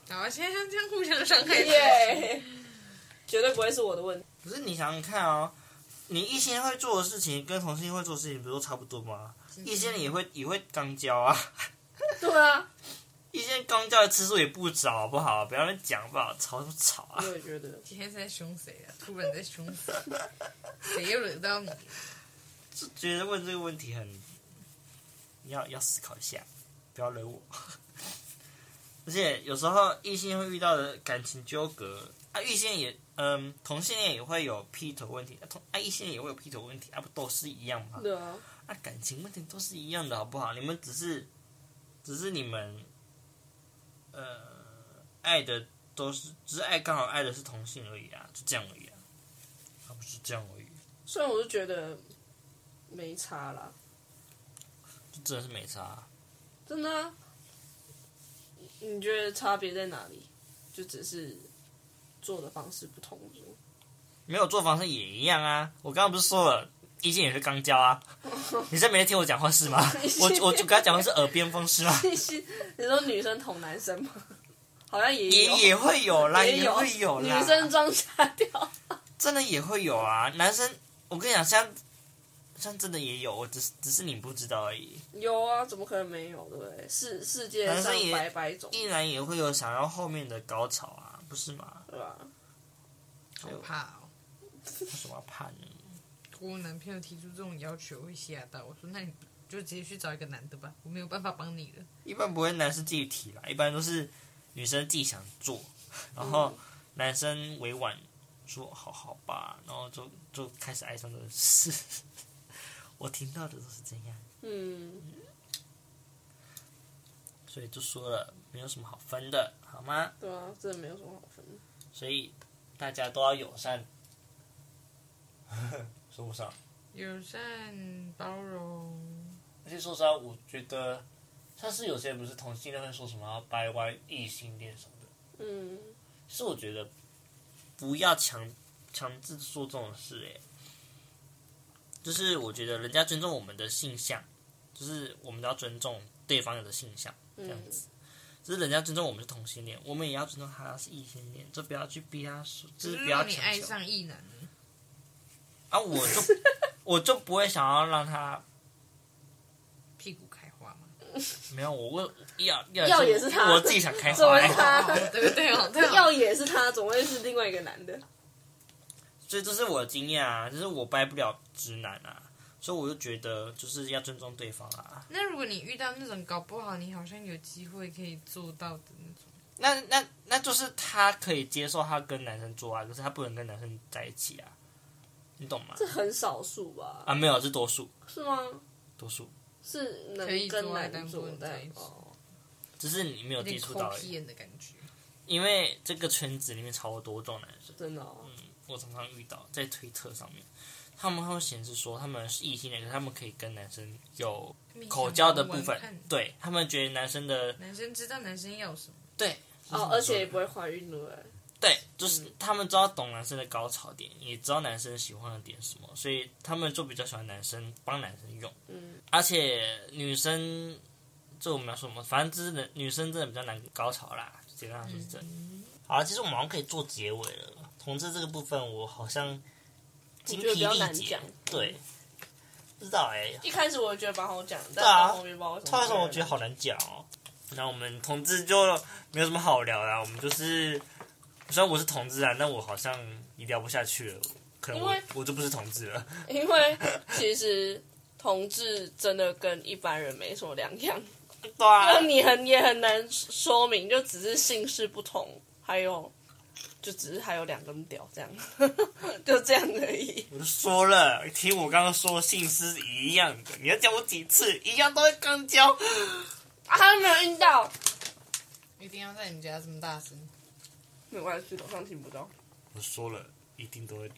Speaker 3: 好啊，现在像这样互相伤害自己。
Speaker 2: 耶、绝对不会是我的问题。
Speaker 1: 可是你想想看哦，你异性恋会做的事情跟同性恋会做的事情不都差不多吗？异性恋也会也会刚交啊，
Speaker 2: 对啊，
Speaker 1: 异性恋刚交的次数也不少，好不好？不要乱讲，好不好？吵什么吵啊
Speaker 2: 我？也觉得，
Speaker 3: 今天在凶谁啊？突然在凶 谁？谁又惹到你？
Speaker 1: 就觉得问这个问题很，要要思考一下，不 要惹我。而且有时候异性会遇到的感情纠葛，啊，异性也，嗯，同性恋也会有劈腿问题，啊，同啊异性恋也会有劈腿问题，啊，不都是一样吗？
Speaker 2: 对啊，
Speaker 1: 啊，感情问题都是一样的，好不好？你们只是，只是你们，呃，爱的都是，只是爱刚好爱的是同性而已啊，就这样而已啊，啊，不是这样而已，
Speaker 2: 虽然我是觉得没差啦，
Speaker 1: 就真的是没差啊、
Speaker 2: 真的啊、你你觉得差别在哪里？就只是做的方式不同而已，
Speaker 1: 没有做房事也一样啊。我刚刚不是说了，意见也是刚交 啊。你是没在听我讲话是吗？我我就跟他讲话是耳边风是吗？
Speaker 2: 你是你说女生捅男生吗？ 好 像也
Speaker 1: 也
Speaker 2: 有
Speaker 1: 也会有啦，
Speaker 2: 也
Speaker 1: 也
Speaker 2: 有
Speaker 1: 会有啦。
Speaker 2: 女生装傻屌，
Speaker 1: 真的也会有啊，男生我跟你讲，像像真的也有，我只是只是你不知道而已。
Speaker 2: 有啊，怎么可能没有？对不对？世世界
Speaker 1: 男
Speaker 2: 上
Speaker 1: 生也
Speaker 2: 百百种，
Speaker 1: 依然也会有想要后面的高潮啊，不是吗？
Speaker 2: 对吧？
Speaker 3: 好怕哦！
Speaker 1: 为什么要怕呢？
Speaker 3: 我男朋友提出这种要求，我会吓到。我说那你就直接去找一个男的吧，我没有办法帮你了。
Speaker 1: 一般不会男生自己提啦，一般都是女生自己想做，然后男生委婉说“好好吧”，然后就就开始爱上这个事。 我听到的都是这样，
Speaker 2: 嗯，
Speaker 1: 所以就说了，没有什么好分的，好吗？
Speaker 2: 对啊，真的没有什么好分。
Speaker 1: 所以大家都要友善， 说不上。
Speaker 3: 友善包容，
Speaker 1: 而且说实话，我觉得像是有些人不是同性恋会说什么要掰弯异性恋什么的，
Speaker 2: 嗯，
Speaker 1: 其实我觉得不要强强制做这种事、欸，就是我觉得人家尊重我们的性向，就是我们都要尊重对方的性向，
Speaker 2: 嗯
Speaker 1: 这样子。就是人家尊重我们是同性恋，我们也要尊重他是异性恋，就不要去逼他说，就
Speaker 3: 就是是
Speaker 1: 不
Speaker 3: 嗯如果
Speaker 1: 要
Speaker 3: 你
Speaker 1: 强
Speaker 3: 爱
Speaker 1: 求。
Speaker 3: 上异男了，
Speaker 1: 啊，我 就我就不会想要让他
Speaker 3: 屁股开花 吗？
Speaker 1: 没有，我问要要
Speaker 2: 要也是他
Speaker 1: 我自己想开
Speaker 2: 怎么
Speaker 1: 花、
Speaker 2: 会是他
Speaker 1: 欸，
Speaker 3: 哦对不对哦？对哦，
Speaker 2: 要也是他，总会是另外一个男的。
Speaker 1: 所以这是我的经验啊，就是我掰不了直男啊，所以我就觉得就是要尊重对方啊。
Speaker 3: 那如果你遇到那种搞不好你好像有机会可以做到的那种，
Speaker 1: 那那那就是他可以接受他跟男生做爱，可是他不能跟男生在一起啊，你懂吗
Speaker 2: 这？很少数吧？
Speaker 1: 啊，没有，是多数，
Speaker 2: 是吗？
Speaker 1: 多数，
Speaker 2: 是能
Speaker 3: 可以做
Speaker 2: 跟
Speaker 3: 爱
Speaker 2: 男
Speaker 3: 但不
Speaker 2: 做
Speaker 3: 能在
Speaker 2: 的
Speaker 3: 一起
Speaker 2: 哦。
Speaker 1: 只是你没有哦
Speaker 3: 有
Speaker 1: 接
Speaker 3: 点
Speaker 1: 触
Speaker 3: 抠
Speaker 1: 到而
Speaker 3: 屁啊
Speaker 1: 已。
Speaker 3: 眼的感觉。
Speaker 1: 因为这个圈子里面超多这种男生，
Speaker 2: 真的哦，
Speaker 1: 我常常遇到在推特上面，他们会显示说他们是异性恋，可是他们可以跟男生有口交的部
Speaker 3: 你想
Speaker 1: 分
Speaker 3: 玩看，
Speaker 1: 对他们觉得男生的
Speaker 3: 男生知道男生要什么，
Speaker 1: 对
Speaker 2: 哦，而且也不会怀孕对不对？
Speaker 1: 对，就是他们知道懂男生的高潮点，也知道男生喜欢的点什么，所以他们就比较喜欢男生帮男生用，
Speaker 2: 嗯，
Speaker 1: 而且女生这我们要说什么，反正就是人女生真的比较难高潮啦，简单来说是这样。
Speaker 2: 嗯
Speaker 1: 好了，其实我们好像可以做结尾了。同志这个部分，我好像精
Speaker 2: 觉得
Speaker 1: 疲
Speaker 2: 比较
Speaker 1: 力
Speaker 2: 难
Speaker 1: 竭
Speaker 2: 讲，
Speaker 1: 对，不知道哎、
Speaker 2: 一开始我觉得蛮好讲，
Speaker 1: 对
Speaker 2: 但
Speaker 1: 啊
Speaker 2: 到后面不知道为什么。
Speaker 1: 突然说我觉得好难讲哦。那我们同志就没有什么好聊啦、我们就是虽然我是同志啊，但我好像也聊不下去了，可能我
Speaker 2: 因为
Speaker 1: 我就不是同志了。
Speaker 2: 因为其实同志真的跟一般人没什么两样，
Speaker 1: 对啊
Speaker 2: 那你很也很难说明，就只是姓氏不同，还有就只是还有两根屌这样， 就这样而已。
Speaker 1: 我就说了，听我刚刚说性是一样的，你要讲我几次，一样都会刚交。
Speaker 2: 啊，他没有晕到，
Speaker 3: 一定要在你们家这么大声。
Speaker 2: 没关系，楼上听不到。
Speaker 1: 我说了，一定都会，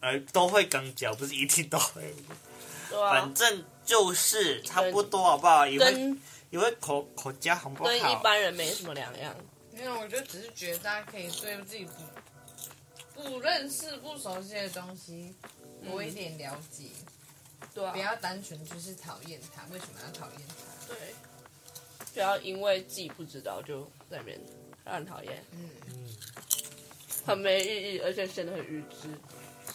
Speaker 1: 呃，都会刚交，不是一定都会，
Speaker 2: 对啊
Speaker 1: 反，正就是差不多好不好？也会
Speaker 2: 跟
Speaker 1: 也会口口交好不
Speaker 2: 跟一
Speaker 1: 好？
Speaker 2: 般人没什么两样。
Speaker 3: 没有，我就只是觉得大家可以对自己不不认识、不熟悉的东西多一点了解，
Speaker 1: 嗯
Speaker 2: 对啊
Speaker 3: 不，要单纯就是讨厌他。为什么要讨厌他？
Speaker 2: 对，不要因为自己不知道就在那边让人讨厌，
Speaker 3: 嗯，
Speaker 2: 很没意义，而且显得很愚痴。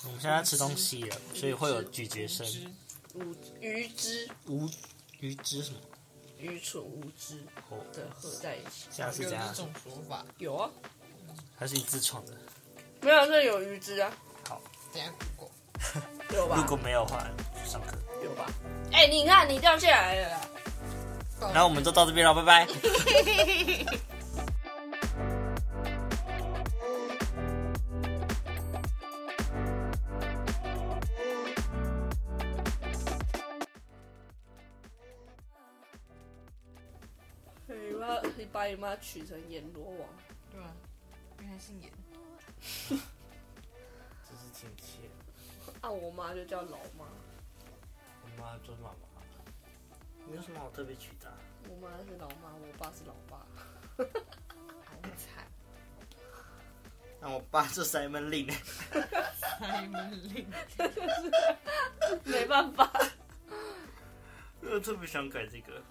Speaker 1: 我们现在吃东西了，所以会有咀嚼声。
Speaker 2: 无愚痴、
Speaker 1: 无鱼汁什么？
Speaker 2: 愚蠢、无知
Speaker 1: 哦，
Speaker 2: 的合在一起。
Speaker 1: 下次
Speaker 3: 有
Speaker 1: 这
Speaker 3: 这
Speaker 1: 样，
Speaker 3: 种说法，
Speaker 2: 有啊，
Speaker 1: 还是你自创的？
Speaker 2: 没有这有愚痴啊，
Speaker 3: 等一下过。
Speaker 2: 有
Speaker 1: 如
Speaker 2: 吧
Speaker 1: 果？没有的话，去上课。
Speaker 2: 有吧？哎、你看你掉下来了啦。
Speaker 1: 然后我们就到这边了，拜拜。
Speaker 2: 妈，你把你妈取成阎罗王，
Speaker 3: 对吧？原来姓严，
Speaker 1: 这是亲切。
Speaker 2: 啊，我妈就叫老妈，
Speaker 1: 我妈就是妈妈，没有什么好特别取的啊。
Speaker 2: 我妈是老妈，我爸是老爸。
Speaker 3: 好惨。
Speaker 1: 那我爸是 Simon Lin，
Speaker 3: 开门令，
Speaker 2: 没办法，
Speaker 1: 我特别想改这个。